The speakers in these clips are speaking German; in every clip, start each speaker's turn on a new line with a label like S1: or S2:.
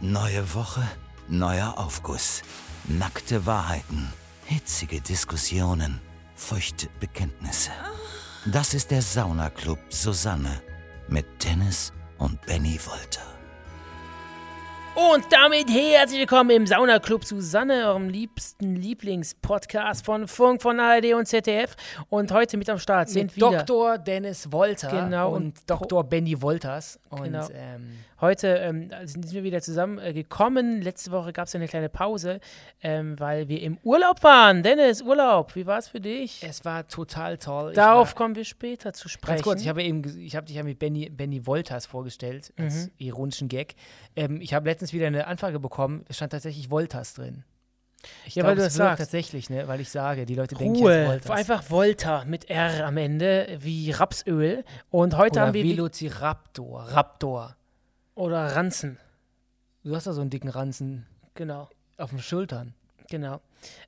S1: Neue Woche, neuer Aufguss. Nackte Wahrheiten, hitzige Diskussionen, feuchte Bekenntnisse. Das ist der Saunaclub Susanne mit Dennis und Benny Wolter.
S2: Und damit herzlich willkommen im Saunaclub Susanne, eurem liebsten Lieblingspodcast von Funk, von ARD und ZDF. Und heute mit am Start sind
S3: mit
S2: wieder.
S3: Dr. Dennis Wolter
S2: Genau,
S3: und,
S2: und
S3: Dr. Benny Wolters. Und
S2: Genau.
S3: ähm,
S2: Heute ähm, sind wir wieder zusammengekommen. Äh, gekommen. Letzte Woche gab es eine kleine Pause, ähm, weil wir im Urlaub waren. Dennis, Urlaub, wie war es für dich?
S3: es war total toll. Ich
S2: Darauf
S3: war,
S2: kommen wir später zu sprechen.
S3: ganz kurz, ich habe eben, ges- ich habe dich ja mit Benny, Benny Wolters vorgestellt,
S2: Mhm.
S3: als ironischen Gag. Ähm, ich habe letztens wieder eine Anfrage bekommen, es stand tatsächlich Wolters drin. Ich
S2: Ja,
S3: glaub,
S2: weil du
S3: es
S2: das
S3: wirkt
S2: sagst.
S3: Tatsächlich, ne? Weil ich sage, die Leute denken jetzt
S2: Ruhe,
S3: Wolters.
S2: einfach Volta mit R am Ende, wie Rapsöl. Und heute
S3: Oder
S2: haben wir.
S3: Velociraptor, Raptor.
S2: oder Ranzen,
S3: Du hast da so einen dicken Ranzen
S2: genau.
S3: auf den Schultern.
S2: Genau.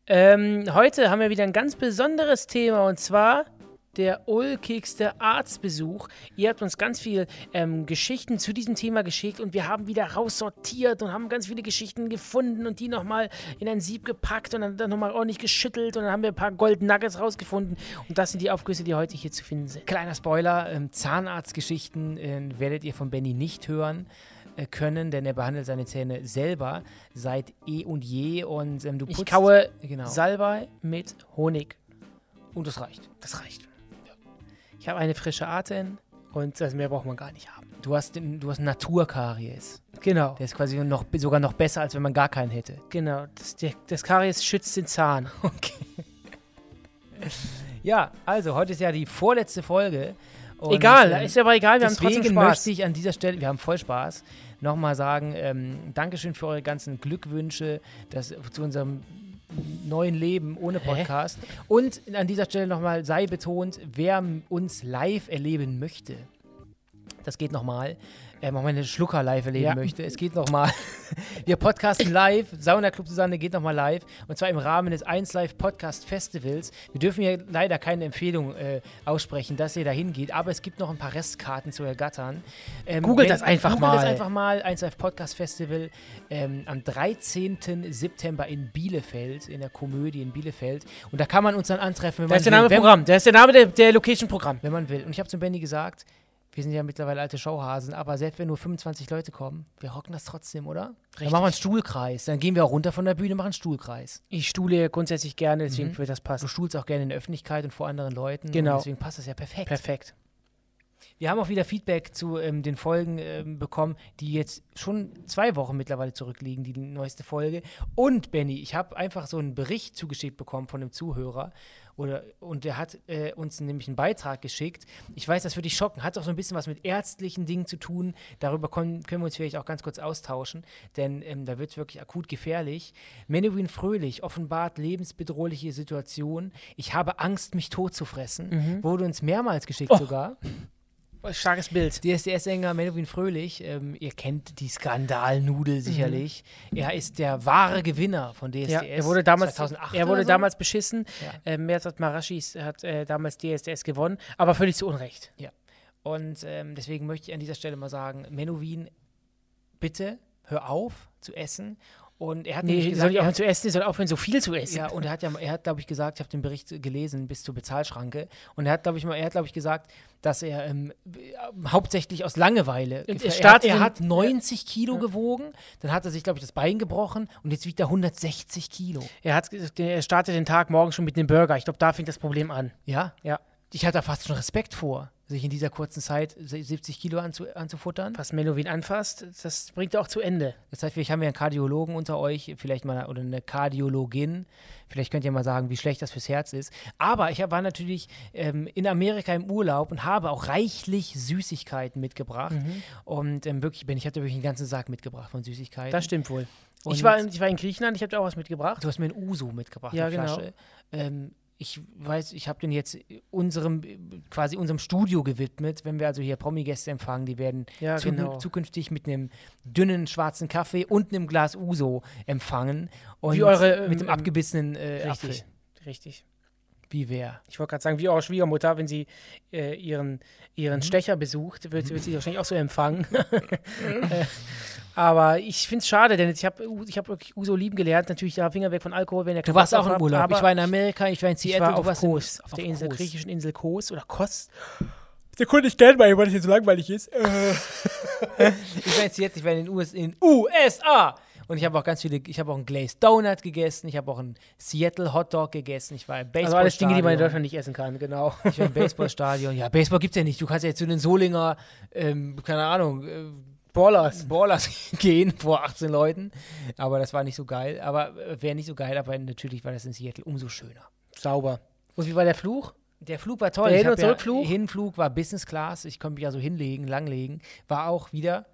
S2: Ähm, heute haben wir wieder ein ganz besonderes Thema und zwar der ulkigste Arztbesuch. Ihr habt uns ganz viel ähm, Geschichten zu diesem Thema geschickt und wir haben wieder raussortiert und haben ganz viele Geschichten gefunden und die nochmal in ein Sieb gepackt und dann, dann nochmal ordentlich geschüttelt und dann haben wir ein paar Gold Nuggets rausgefunden und das sind die Aufgüsse, die heute hier zu finden sind.
S3: Kleiner Spoiler, ähm, Zahnarztgeschichten äh, werdet ihr von Benny nicht hören äh, können, denn er behandelt seine Zähne selber seit eh und je und ähm, du putzt...
S2: Ich kaue
S3: Genau.
S2: Salbei mit Honig.
S3: Und das reicht.
S2: Das reicht. Ich habe eine frische Art in und das mehr braucht man gar nicht haben.
S3: Du hast, den- du hast Naturkaries.
S2: Genau.
S3: Der ist quasi noch, sogar noch besser, als wenn man gar keinen hätte.
S2: Genau, das, der, das Karies schützt den Zahn.
S3: Ja, also heute ist ja die vorletzte Folge. und,
S2: egal,
S3: ähm,
S2: ist aber egal, wir haben
S3: Deswegen
S2: trotzdem Spaß.
S3: möchte ich an dieser Stelle, wir haben voll Spaß, nochmal sagen, ähm, Dankeschön für eure ganzen Glückwünsche das, zu unserem neuen Leben ohne Podcast. Und an dieser Stelle nochmal sei betont, wer m- uns live erleben möchte, das geht nochmal, ähm, auch meine Schlucker live erleben
S2: Ja.
S3: möchte, es geht nochmal. Wir podcasten live, Sauna Club Susanne geht nochmal live und zwar im Rahmen des 1 Live Podcast Festivals. Wir dürfen hier leider keine Empfehlung äh, aussprechen, dass ihr da hingeht, aber es gibt noch ein paar Restkarten zu ergattern. Ähm,
S2: Googelt das einfach
S3: googelt
S2: mal.
S3: das einfach mal, 1 Live Podcast Festival ähm, am 13. September in Bielefeld, in der Komödie in Bielefeld und da kann man uns dann antreffen, wenn
S2: Da
S3: man
S2: ist der
S3: will.
S2: Name
S3: Wenn-
S2: Programm, da ist der Name der, der Location Programm.
S3: wenn man will. Und ich habe zu Benny gesagt, wir sind ja mittlerweile alte Showhasen, aber selbst wenn nur 25 Leute kommen, wir hocken das trotzdem, oder?
S2: Richtig.
S3: Dann machen wir einen Stuhlkreis. Dann gehen wir auch runter von der Bühne, machen einen Stuhlkreis.
S2: Ich stuhle grundsätzlich gerne, deswegen wird das
S3: Du
S2: passen.
S3: stuhlst auch gerne in der Öffentlichkeit und vor anderen Leuten.
S2: Genau.
S3: Und deswegen passt das ja perfekt.
S2: Perfekt.
S3: wir haben auch wieder Feedback zu ähm, den Folgen ähm, bekommen, die jetzt schon zwei Wochen mittlerweile zurückliegen, die neueste Folge. Und Benny, ich habe einfach so einen Bericht zugeschickt bekommen von einem Zuhörer. Oder, und der hat äh, uns nämlich einen Beitrag geschickt. Ich weiß, das würde dich schocken. Hat auch so ein bisschen was mit ärztlichen Dingen zu tun. Darüber kon- können wir uns vielleicht auch ganz kurz austauschen, denn ähm, da wird es wirklich akut gefährlich. Menowin Fröhlich offenbart lebensbedrohliche Situation. Ich habe Angst, mich tot zu fressen. Wurde uns mehrmals geschickt sogar.
S2: Oh, Starkes Bild.
S3: Der SDS-Sänger Melvin Fröhlich, ähm, ihr kennt die Skandalnudel sicherlich. Er ist der wahre Gewinner von DSDS.
S2: Mhm. Ja, er wurde damals,
S3: 2008
S2: er wurde
S3: oder so.
S2: damals beschissen.
S3: Ja.
S2: Äh, Merzat Maraschis hat äh, damals DSDS gewonnen, aber völlig zu Unrecht.
S3: Ja. Und ähm, deswegen möchte ich an dieser Stelle mal sagen, Menowin, bitte hör auf zu essen. Und er hat
S2: Nee,
S3: nämlich
S2: die sollen
S3: gesagt,
S2: nicht
S3: er
S2: aufhören zu essen, die sollen aufhören, so viel zu essen.
S3: Ja, und er hat ja, er hat, glaube ich, gesagt, ich habe den Bericht gelesen bis zur Bezahlschranke. Und er hat, glaube ich, mal, er hat, glaube ich, gesagt, dass er ähm, äh, hauptsächlich aus Langeweile.
S2: Und
S3: gefre-
S2: es
S3: Er hat,
S2: startet
S3: er
S2: in-
S3: hat 90 Kilo gewogen, dann hat er sich, glaube ich, das Bein gebrochen und jetzt wiegt er 160 Kilo.
S2: Er, hat, gesagt, er startet den Tag morgen schon mit einem Burger. Ich glaube, da fängt das Problem an.
S3: Ja.
S2: Ja,
S3: Ich hatte da fast schon Respekt vor, sich in dieser kurzen Zeit se- 70 Kilo anzu, anzufuttern.
S2: was Menowin anfasst, das bringt er auch zu Ende.
S3: Das heißt, vielleicht haben wir einen Kardiologen unter euch, vielleicht mal oder eine Kardiologin. Vielleicht könnt ihr mal sagen, wie schlecht das fürs Herz ist. Aber ich hab- war natürlich ähm, in Amerika im Urlaub und habe auch reichlich Süßigkeiten mitgebracht.
S2: Mhm.
S3: Und ähm, wirklich, Ben, ich hatte wirklich einen ganzen Sack mitgebracht von Süßigkeiten.
S2: Das stimmt wohl.
S3: Und-
S2: ich, war, in- ich war in Griechenland, ich habe da auch was mitgebracht.
S3: Du hast mir einen Uso mitgebracht,
S2: Ja,
S3: eine
S2: genau.
S3: Flasche. Ähm, ich weiß, ich habe den jetzt unserem äh, quasi unserem Studio gewidmet, wenn wir also hier Promi-Gäste empfangen, die werden
S2: Ja,
S3: zu,
S2: genau.
S3: zukünftig mit einem dünnen schwarzen Kaffee und einem Glas Uso empfangen und
S2: Wie eure, ähm,
S3: mit dem
S2: ähm,
S3: abgebissenen äh, Apfel.
S2: Richtig. Richtig.
S3: Wie wer?
S2: Ich wollte gerade sagen, wie auch Schwiegermutter, wenn sie äh, ihren, ihren Stecher besucht, wird, wird sie wahrscheinlich auch so empfangen. Äh, Aber ich finde es schade, denn ich habe ich hab wirklich Uso lieben gelernt. Natürlich, da Finger weg von Alkohol, wenn der
S3: Du warst
S2: Kratzer
S3: auch im
S2: habt,
S3: Urlaub.
S2: Aber
S3: Ich war in Amerika, ich war in Seattle,
S2: ich war
S3: du
S2: auf
S3: warst in-
S2: Kos, auf der Insel,
S3: Kos.
S2: griechischen Insel Kos oder Kos. Der Kunde, ich gerne mal, weil das jetzt so langweilig ist. Äh. Also
S3: Ich war in Seattle, ich war in den US, in USA. Und ich habe auch ganz viele, ich habe auch einen Glazed Donut gegessen, ich habe auch einen Seattle Hotdog gegessen, ich war im Baseballstadion.
S2: Also alles Dinge, die man in Deutschland nicht essen kann, genau.
S3: Ich war im Baseballstadion. Ja, Baseball gibt's ja nicht. Du kannst ja jetzt zu den Solinger, ähm, keine Ahnung, äh,
S2: Ballers.
S3: Ballers gehen vor 18 Leuten. Aber das war nicht so geil. Aber äh, wäre nicht so geil, aber natürlich war das in Seattle umso schöner.
S2: Sauber. Und wie war der Fluch?
S3: Der Flug war toll.
S2: Der
S3: Ich
S2: Hin- und
S3: hab ja-
S2: Zurückflug?
S3: Hinflug war Business Class. Ich konnte mich also hinlegen, langlegen. War auch wieder,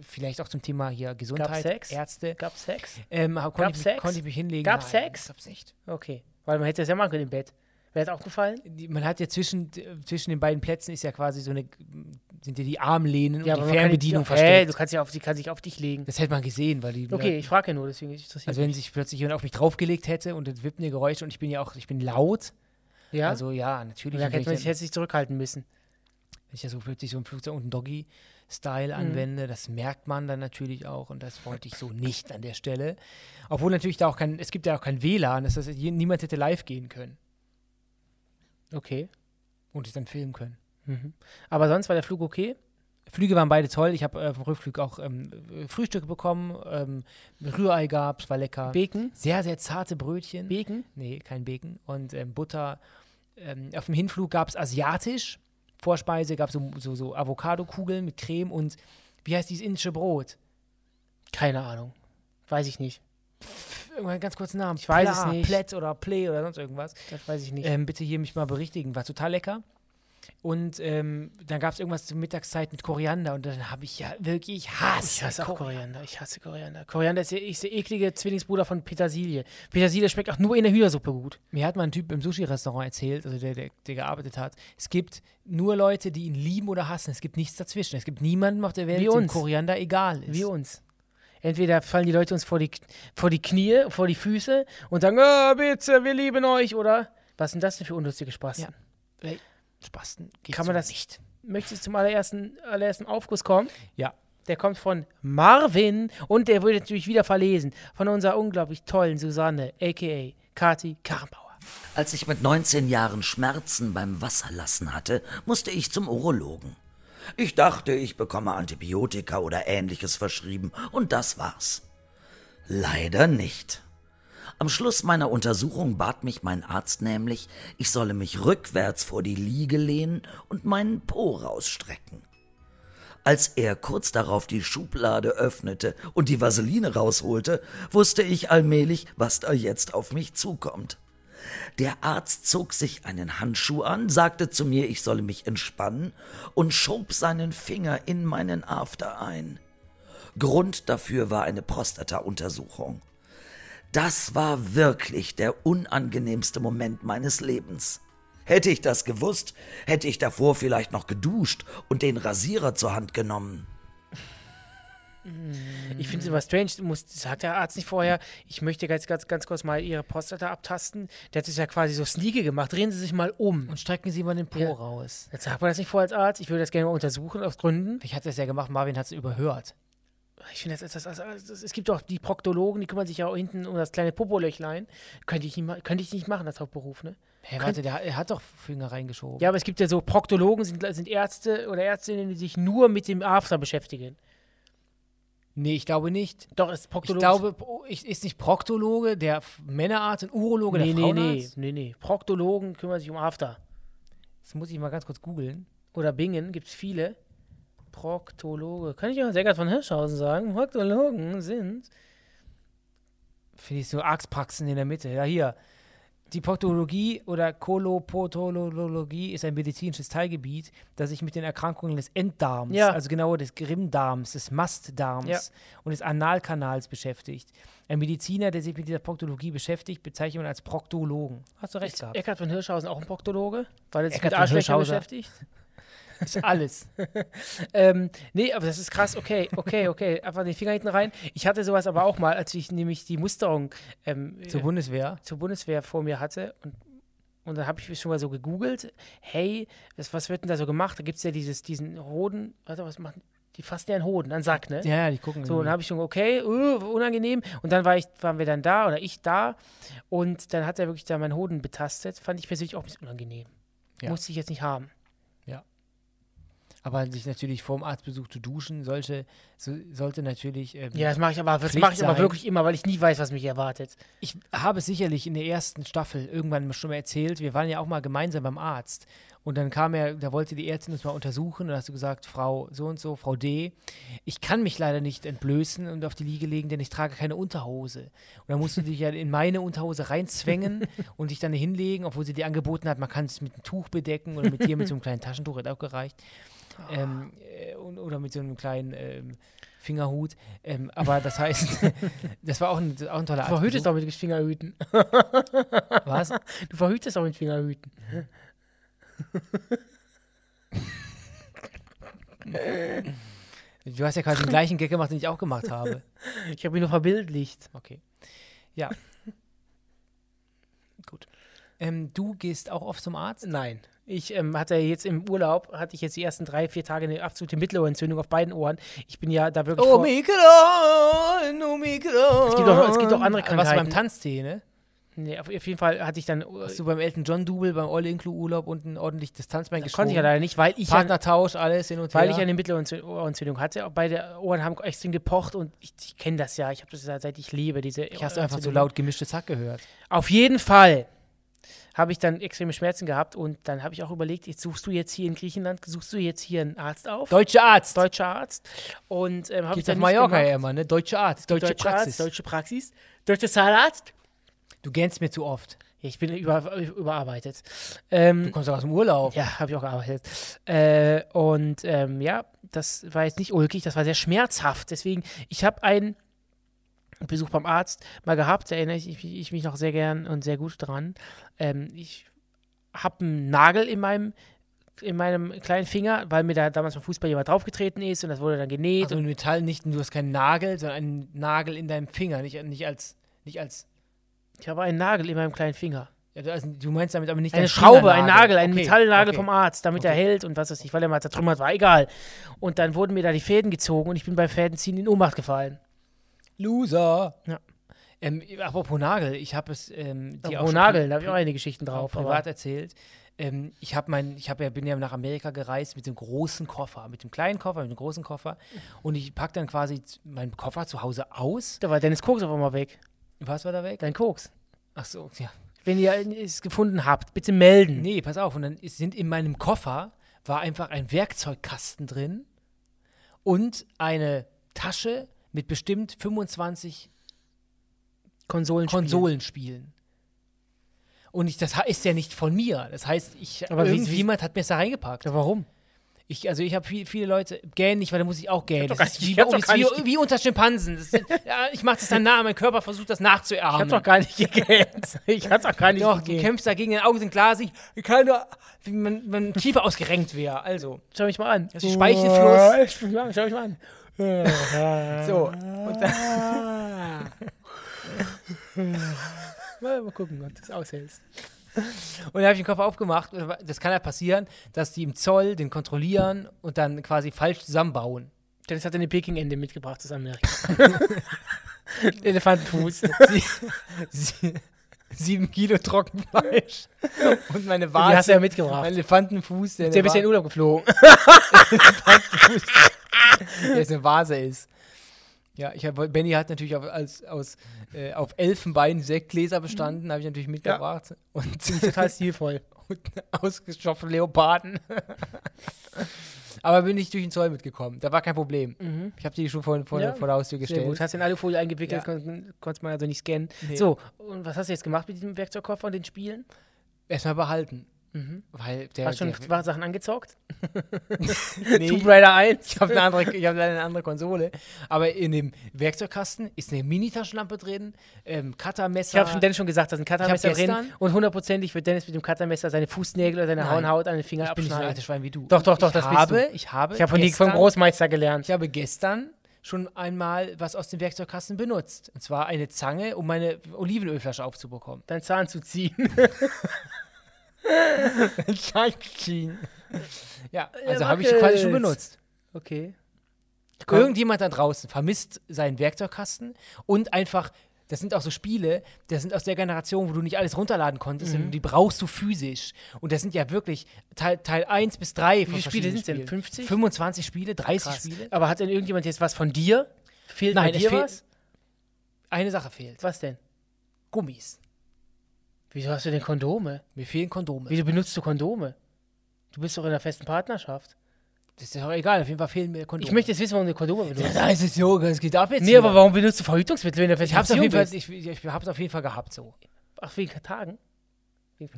S3: vielleicht auch zum Thema hier Gesundheit,
S2: Gab's Sex?
S3: Ärzte.
S2: Gab Sex?
S3: Ähm, hab- konnte,
S2: Gab's
S3: ich mich,
S2: Sex?
S3: konnte ich mich hinlegen.
S2: Gab's
S3: Nein,
S2: Sex?
S3: Gab's nicht.
S2: Okay. Weil man hätte das ja machen können im Bett. Wäre das aufgefallen?
S3: Die- Man hat ja zwischen, zwischen den beiden Plätzen ist ja quasi so eine, sind ja die Armlehnen und
S2: aber
S3: die
S2: man kann
S3: Fernbedienung
S2: die, Hey,
S3: versteckt.
S2: du kannst ja auf, die kann sich auf dich legen.
S3: Das hätte man gesehen, weil die
S2: Okay, ich frage ja nur, deswegen ist interessiert.
S3: Also wenn sich plötzlich jemand auf mich draufgelegt hätte und das wippende Geräusche und ich bin ja auch, ich bin laut.
S2: ja?
S3: Also ja, natürlich.
S2: da
S3: Und wenn,
S2: hätte man
S3: ich
S2: sich,
S3: dann,
S2: hätte sich zurückhalten müssen.
S3: wenn ich ja so plötzlich so im Flugzeug und einen Doggy-Style
S2: Mhm.
S3: anwende, das merkt man dann natürlich auch und das wollte ich so nicht an der Stelle. Obwohl natürlich da auch kein, es gibt ja auch kein WLAN, das heißt, je- niemand hätte live gehen können
S2: Okay.
S3: und es dann filmen können. Mhm.
S2: Aber sonst war der Flug okay?
S3: Flüge waren beide toll. Ich habe äh, vom Rückflug auch ähm, Frühstücke bekommen. Ähm, Rührei gab es, war lecker.
S2: Beken?
S3: sehr, sehr zarte Brötchen.
S2: Beken?
S3: Nee, kein Bacon. Und ähm, Butter. Ähm, auf dem Hinflug gab es asiatisch. Vorspeise gab es so, so, so Avocado-Kugeln mit Creme und wie heißt dieses indische Brot?
S2: Keine Ahnung. Weiß ich nicht.
S3: Pff, Irgendeinen ganz kurzen Namen.
S2: Ich weiß es nicht.
S3: Plätz oder Play oder sonst irgendwas.
S2: Das weiß ich nicht.
S3: Ähm, bitte hier mich mal berichtigen. War total lecker. Und ähm, dann gab es irgendwas zur Mittagszeit mit Koriander und dann habe ich ja wirklich Hass.
S2: ich hasse auch Koriander. Ich hasse Koriander. Koriander ist der, ist der eklige Zwillingsbruder von Petersilie. Petersilie schmeckt auch nur in der Hühnersuppe gut.
S3: Mir hat mal ein Typ im Sushi-Restaurant erzählt, also der, der, der gearbeitet hat, es gibt nur Leute, die ihn lieben oder hassen. Es gibt nichts dazwischen. Es gibt niemanden auf der Welt,
S2: Wie
S3: dem
S2: uns.
S3: Koriander egal ist.
S2: Wie uns. Entweder fallen die Leute uns vor die, vor die Knie, vor die Füße und sagen, ah, bitte, wir lieben euch, oder? Was sind das denn für unnützige Spaß?
S3: Ja. Spasten. geht
S2: Kann
S3: so
S2: man das nicht? Möchtest du zum allerersten, allerersten Aufguss kommen?
S3: Ja.
S2: Der kommt von Marvin und der wurde natürlich wieder verlesen von unserer unglaublich tollen Susanne, a.k.a. Kati Karrenbauer.
S4: Als ich mit 19 Jahren Schmerzen beim Wasserlassen hatte, musste ich zum Urologen. Ich dachte, ich bekomme Antibiotika oder ähnliches verschrieben und das war's. Leider nicht. Am Schluss meiner Untersuchung bat mich mein Arzt nämlich, ich solle mich rückwärts vor die Liege lehnen und meinen Po rausstrecken. Als er kurz darauf die Schublade öffnete und die Vaseline rausholte, wusste ich allmählich, was da jetzt auf mich zukommt. Der Arzt zog sich einen Handschuh an, sagte zu mir, ich solle mich entspannen und schob seinen Finger in meinen After ein. Grund dafür war eine Prostata-Untersuchung. Das war wirklich der unangenehmste Moment meines Lebens. Hätte ich das gewusst, hätte ich davor vielleicht noch geduscht und den Rasierer zur Hand genommen.
S2: Ich finde es immer strange, du musst, sagt der Arzt nicht vorher, ich möchte ganz, ganz, ganz kurz mal Ihre Prostata abtasten. Der hat es ja quasi so sneaky gemacht, drehen Sie sich mal um.
S3: Und strecken Sie mal den Po
S2: Ja.
S3: raus.
S2: Jetzt sagt man das nicht vorher als Arzt, ich würde das gerne mal untersuchen aus Gründen.
S3: Ich hatte das ja gemacht, Marvin hat es überhört.
S2: Ich finde, das, ist- das, das, das, es gibt auch die Proktologen, die kümmern sich ja auch hinten um das kleine Popolöchlein. Könnte ich nicht, ma- könnte ich nicht machen als Hauptberuf, ne?
S3: Hä, warte, der, er hat doch Finger reingeschoben.
S2: Ja, aber es gibt ja so Proktologen, sind, sind Ärzte oder Ärztinnen, die sich nur mit dem After beschäftigen.
S3: Nee, ich glaube nicht.
S2: Doch, ist
S3: Ich
S2: Proktologe.
S3: glaube, oh, ich, ist nicht Proktologe der F- Männerarzt und Urologe
S2: nee,
S3: Oh, der
S2: nee, nee,
S3: Frauenarzt?
S2: nee, nee. Proktologen kümmern sich um After.
S3: Das muss ich mal ganz kurz googeln.
S2: Oder Bingen gibt es viele. Proktologe. Kann ich auch Eckart von Hirschhausen sagen? Proktologen sind.
S3: Finde ich so Achspraxen in der Mitte. Ja, hier. Die Proktologie oder Kolopotologie ist ein medizinisches Teilgebiet, das sich mit den Erkrankungen des Enddarms,
S2: Ja.
S3: also genauer des Grimmdarms, des Mastdarms
S2: Ja.
S3: und des Analkanals beschäftigt. Ein Mediziner, der sich mit dieser Proktologie beschäftigt, bezeichnet man als Proktologen. Hast du recht
S2: Ist
S3: gehabt.
S2: Eckart von Hirschhausen auch ein Proktologe? Weil er sich
S3: Eckart
S2: mit
S3: von
S2: Arschlöchern
S3: Hirschhauser.
S2: beschäftigt?
S3: Ist alles.
S2: Ähm, nee, aber das ist krass. Okay, okay, okay. Einfach den Finger hinten rein. Ich hatte sowas aber auch mal, als ich nämlich die Musterung ähm,
S3: Zur Bundeswehr.
S2: zur Bundeswehr vor mir hatte und Und dann habe ich schon mal so gegoogelt, hey, was, was wird denn da so gemacht? Da gibt es ja dieses, diesen Hoden, warte, was machen die fassen ja einen Hoden, einen Sack, ne?
S3: Ja, ja, die gucken.
S2: So, dann
S3: irgendwie.
S2: habe ich schon, okay, uh, unangenehm. Und dann war ich, waren wir dann da oder ich da. Und dann hat er wirklich da meinen Hoden betastet. Fand ich persönlich auch ein bisschen unangenehm.
S3: Ja.
S2: Musste ich jetzt nicht haben.
S3: aber sich natürlich vorm Arztbesuch zu duschen, solche, so, sollte natürlich. Ähm,
S2: Ja, das mache ich aber, das
S3: Pflicht
S2: mache ich aber
S3: sein.
S2: wirklich immer, weil ich nie weiß, was mich erwartet.
S3: Ich habe es sicherlich in der ersten Staffel irgendwann schon mal erzählt. Wir waren ja auch mal gemeinsam beim Arzt. Und dann kam er, da wollte die Ärztin uns mal untersuchen und hast du gesagt, Frau so und so, Frau D, ich kann mich leider nicht entblößen und auf die Liege legen, denn ich trage keine Unterhose. Und dann musst du dich ja in meine Unterhose reinzwängen und dich dann hinlegen, obwohl sie dir angeboten hat, man kann es mit einem Tuch bedecken oder mit dir mit so einem kleinen Taschentuch, hat auch gereicht. Ähm, äh, und, oder mit so einem kleinen ähm, Fingerhut. Ähm, aber das heißt, das war auch ein, auch ein toller
S2: Du
S3: Arzt.
S2: verhütest doch mit Fingerhüten.
S3: Was?
S2: Du verhütest auch mit Fingerhüten.
S3: Du hast ja quasi den gleichen Gag gemacht, den ich auch gemacht habe.
S2: Ich habe ihn nur verbildlicht.
S3: Okay. Ja. Gut. Ähm, du gehst auch oft zum Arzt?
S2: Nein. Ich ähm, hatte jetzt im Urlaub, hatte ich jetzt die ersten drei, vier Tage eine absolute Mittelohrentzündung auf beiden Ohren. Ich bin ja da wirklich. vor-
S3: Omikron, Omikron.
S2: Es gibt auch- es gibt auch andere
S3: Was
S2: Krankheiten.
S3: beim Tanztee, ne?
S2: nee, auf jeden Fall hatte ich dann. äh,
S3: Hast du beim Elton John Double, beim All-Inclu-Urlaub und ein ordentlich Distanzbein
S2: Das
S3: geschwungen?
S2: konnte ich ja leider nicht, weil ich. an-
S3: Partnertausch, alles hin und her.
S2: Weil ich eine Mittelohrentzündung hatte. Auch Beide Ohren haben extrem gepocht und ich, ich kenne das ja. Ich habe das ja, seit ich lebe, diese
S3: Ich hast einfach zu
S2: Ohrenentzündung.
S3: laut gemischtes Hack gehört.
S2: Auf jeden Fall habe ich dann extreme Schmerzen gehabt und dann habe ich auch überlegt, jetzt suchst du jetzt hier in Griechenland, suchst du jetzt hier einen Arzt auf,
S3: Deutscher Arzt.
S2: deutscher Arzt und ähm, habe ich
S3: Gibt's
S2: dann
S3: auf
S2: nicht
S3: Mallorca ja
S2: gemacht.
S3: immer, ne? Deutsche Arzt, deutsche
S2: deutsche
S3: Praxis.
S2: Arzt, deutsche Praxis, deutscher Zahnarzt.
S3: Du gähnst mir zu oft.
S2: Ja, ich bin über, überarbeitet. Ähm,
S3: Du kommst doch aus dem Urlaub.
S2: Ja, habe ich auch gearbeitet. Äh, und ähm, ja, das war jetzt nicht ulkig, das war sehr schmerzhaft. Deswegen, ich habe einen Besuch beim Arzt mal gehabt, da erinnere ich, ich, ich mich noch sehr gern und sehr gut dran. Ähm, ich habe einen Nagel in meinem in meinem kleinen Finger, weil mir da damals beim Fußball jemand draufgetreten ist und das wurde dann genäht.
S3: Also ein Metall nicht, du hast keinen Nagel, sondern einen Nagel in deinem Finger, nicht, nicht als, nicht als,
S2: ich habe einen Nagel in meinem kleinen Finger.
S3: ja, du- also du meinst damit aber nicht
S2: Eine
S3: deinen
S2: Schraube, ein
S3: Fingernagel.
S2: Nagel, ein
S3: Okay,
S2: Metallnagel
S3: okay.
S2: vom Arzt, damit er
S3: Okay.
S2: hält und was weiß ich, weil er mal zertrümmert war, egal. Und dann wurden mir da die Fäden gezogen und ich bin beim Fädenziehen in Ohnmacht gefallen.
S3: Oh, Loser.
S2: Ja.
S3: Ähm, apropos Nagel, ich habe es ähm, dir auch
S2: Oh,
S3: schon
S2: Nageln,
S3: pri-
S2: da habe ich auch einige Geschichten drauf.
S3: privat
S2: Aber
S3: erzählt. Ähm, ich habe mein, ich habe ja, bin ja nach Amerika gereist mit dem großen Koffer, mit dem kleinen Koffer, mit dem großen Koffer und ich packe dann quasi z- meinen Koffer zu Hause aus.
S2: da war Dennis Koks auf einmal weg.
S3: Was war da weg?
S2: Dein Koks.
S3: Ach so, ja.
S2: Wenn ihr es gefunden habt, bitte melden.
S3: Nee, pass auf. Und dann ist- sind in meinem Koffer war einfach ein Werkzeugkasten drin und eine Tasche mit bestimmt 25
S2: Konsolen.
S3: Konsolenspielen. Und ich, das ha- ist ja nicht von mir. Das heißt, ich
S2: Aber wie-
S3: irgendjemand hat mir das da reingepackt.
S2: warum?
S3: Ich, also ich habe viel, viele Leute gähn nicht, weil da muss ich auch gähnen.
S2: Ich hab doch
S3: Das ist
S2: gar nicht-
S3: wie,
S2: ich hab doch
S3: ist
S2: gar
S3: wie,
S2: nicht-
S3: wie unter Schimpansen. Das sind, ja, ich mache das dann nah, mein Körper versucht das
S2: Ich
S3: nachzuahmen.
S2: hab doch gar nicht gegähnt. Ich hab's doch gar nicht
S3: Doch, du
S2: gegähnt.
S3: kämpfst dagegen, deine Augen sind glasig, wie keine, wie wenn wenn ein Kiefer ausgerenkt wäre. Also.
S2: Schau mich mal an.
S3: Das ist Speichelfluss.
S2: Ich- Schau mich mal an. Schau mich mal an.
S3: So. Und dann,
S2: Ah. Mal, mal gucken, ob du es aushältst.
S3: und dann habe ich den Koffer aufgemacht. und Das kann ja passieren, dass die im Zoll den kontrollieren und dann quasi falsch zusammenbauen.
S2: Dennis hat eine Peking-Ende mitgebracht aus Amerika. Elefantenfuß.
S3: Sie, sieben Kilo Trockenfleisch und meine
S2: Die hast du
S3: Vase,
S2: ja
S3: mein
S2: mitgebracht.
S3: Elefantenfuß, der,
S2: Der
S3: eine
S2: bist ja in
S3: Va-
S2: Urlaub geflogen.
S3: der jetzt eine Vase ist. Ja, ich hab, Benny hat natürlich auf, als, aus, äh, auf Elfenbein Sektgläser bestanden, habe ich natürlich mitgebracht. Und
S2: Total stilvoll.
S3: und ausgestopften Leoparden. Aber bin ich durch den Zoll mitgekommen. Da war kein Problem. Ich habe die schon vor, vor,
S2: Mhm. Ja,
S3: vor der Haustür
S2: Sehr gut.
S3: gestellt.
S2: Hast du in Alufolie eingewickelt,
S3: Ja.
S2: kon konntest man also nicht scannen.
S3: Nee.
S2: So, und was hast du jetzt gemacht mit diesem Werkzeugkoffer und den Spielen?
S3: Erstmal behalten. Weil der.
S2: Mhm. Hast du
S3: der,
S2: schon war Sachen angezockt?
S3: nee,
S2: Tomb Raider 1?
S3: ich habe eine andere, ich habe leider eine andere Konsole. Aber in dem Werkzeugkasten ist eine Mini-Taschenlampe drin, ähm, Cuttermesser.
S2: Ich habe schon Dennis schon gesagt, da sind Cuttermesser drin
S3: gestern-
S2: und hundertprozentig wird Dennis mit dem Cuttermesser seine Fußnägel oder seine
S3: Nein.
S2: Hornhaut an den Finger
S3: ich bin nicht so ein
S2: abschneiden.
S3: altes Schwein wie du.
S2: Doch, doch, doch,
S3: ich
S2: das bist
S3: habe, Ich habe.
S2: Ich habe von, die- vom
S3: gestern-
S2: Großmeister gelernt.
S3: Ich habe gestern schon einmal was aus dem Werkzeugkasten benutzt. Und zwar eine Zange, um meine Olivenölflasche aufzubekommen.
S2: Deinen Zahn zu ziehen.
S3: Shang-Chi. Ja, also
S2: Er
S3: habe ich quasi schon
S2: wackelt.
S3: benutzt.
S2: Okay. Komm.
S3: Irgendjemand da draußen vermisst seinen Werkzeugkasten und einfach, das sind auch so Spiele, das sind aus der Generation, wo du nicht alles runterladen konntest,
S2: Mhm.
S3: sondern die brauchst du physisch. Und das sind ja wirklich Teil, Teil 1 bis 3
S2: viele
S3: von
S2: Spiele
S3: verschiedenen
S2: sind's denn?
S3: Spielen.
S2: 50?
S3: 25 Spiele, 30
S2: Krass.
S3: Spiele.
S2: Aber hat denn irgendjemand jetzt was von dir? Fehlt
S3: Nein,
S2: bei
S3: es
S2: dir
S3: fehlt-
S2: was?
S3: Eine Sache fehlt.
S2: Was denn?
S3: Gummis.
S2: Wieso hast du denn Kondome?
S3: Mir fehlen Kondome.
S2: Wieso benutzt du Kondome? Du bist doch in einer festen Partnerschaft.
S3: Das ist ja auch egal, auf jeden Fall fehlen mir Kondome.
S2: Ich möchte jetzt wissen, warum du Kondome benutzt.
S3: Nein, es ist Yoga, es geht ab jetzt.
S2: Nee,
S3: hier.
S2: aber warum benutzt du Verhütungsmittel, wenn du in einer
S3: ich
S2: festen
S3: hab's auf jeden
S2: Beziehung
S3: Fall,
S2: bist?
S3: ich, ich hab's auf jeden Fall gehabt so.
S2: Ach, wegen Tagen?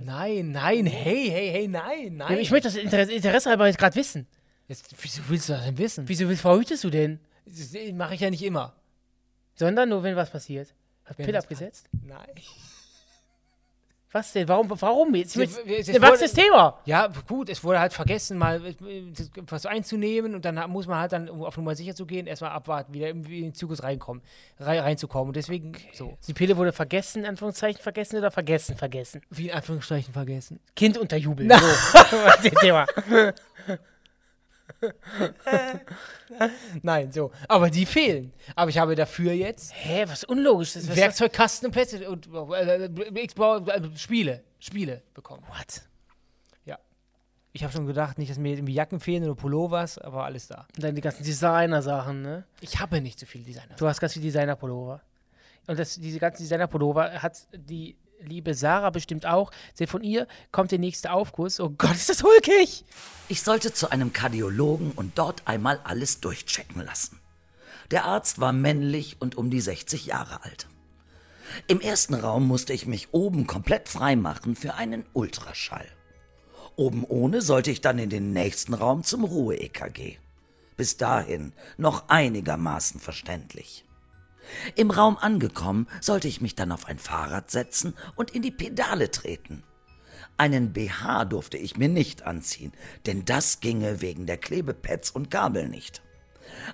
S3: Nein, nein, hey, hey, hey, nein, nein.
S2: Ich möchte das Interesse, Interesse halber jetzt gerade wissen.
S3: Hm. Jetzt, wieso willst du das denn wissen?
S2: Wieso willst- verhütest du denn?
S3: Das mache ich ja nicht immer.
S2: Sondern nur, wenn was passiert. Hat
S3: Wenn
S2: Pill
S3: was
S2: abgesetzt?
S3: Nein.
S2: Was denn? Warum? Warum jetzt?
S3: Wir-
S2: Mit, Ne,
S3: wir- jetzt
S2: ein wachsendes Thema.
S3: Ja, gut, es wurde halt vergessen, mal äh, was einzunehmen und dann ha- muss man halt dann, um auf Nummer sicher zu gehen, erstmal abwarten, wieder irgendwie in den Zyklus reinkommen, rein, reinzukommen. Und deswegen so,
S2: Die Pille wurde vergessen, in Anführungszeichen vergessen oder vergessen, vergessen.
S3: wie in Anführungsstrichen vergessen.
S2: Kind unterjubeln. So. Das ist das Thema.
S3: Nein, so. Aber die fehlen. Aber ich habe dafür jetzt
S2: Hä, was unlogisch ist? Was
S3: Werkzeugkasten und Plätze und äh, äh, Xbox- äh, Spiele, Spiele bekommen.
S2: What?
S3: Ich habe schon gedacht, nicht, dass mir irgendwie Jacken fehlen oder Pullovers, aber alles da.
S2: Und dann die ganzen Designer-Sachen, ne?
S3: Ich habe nicht so viele Designer.
S2: Du hast ganz viele Designer-Pullover. Und das, diese ganzen Designer-Pullover hat die liebe Sarah bestimmt auch. Sie von ihr kommt der nächste Aufguss. Oh Gott, ist das hulkig!
S4: Ich sollte zu einem Kardiologen und dort einmal alles durchchecken lassen. Der Arzt war männlich und um die 60 Jahre alt. Im ersten Raum musste ich mich oben komplett freimachen für einen Ultraschall. Oben ohne sollte ich dann in den nächsten Raum zum Ruhe-EKG. Bis dahin noch einigermaßen verständlich. Im Raum angekommen, sollte ich mich dann auf ein Fahrrad setzen und in die Pedale treten. Einen BH durfte ich mir nicht anziehen, denn das ginge wegen der Klebepads und Kabel nicht.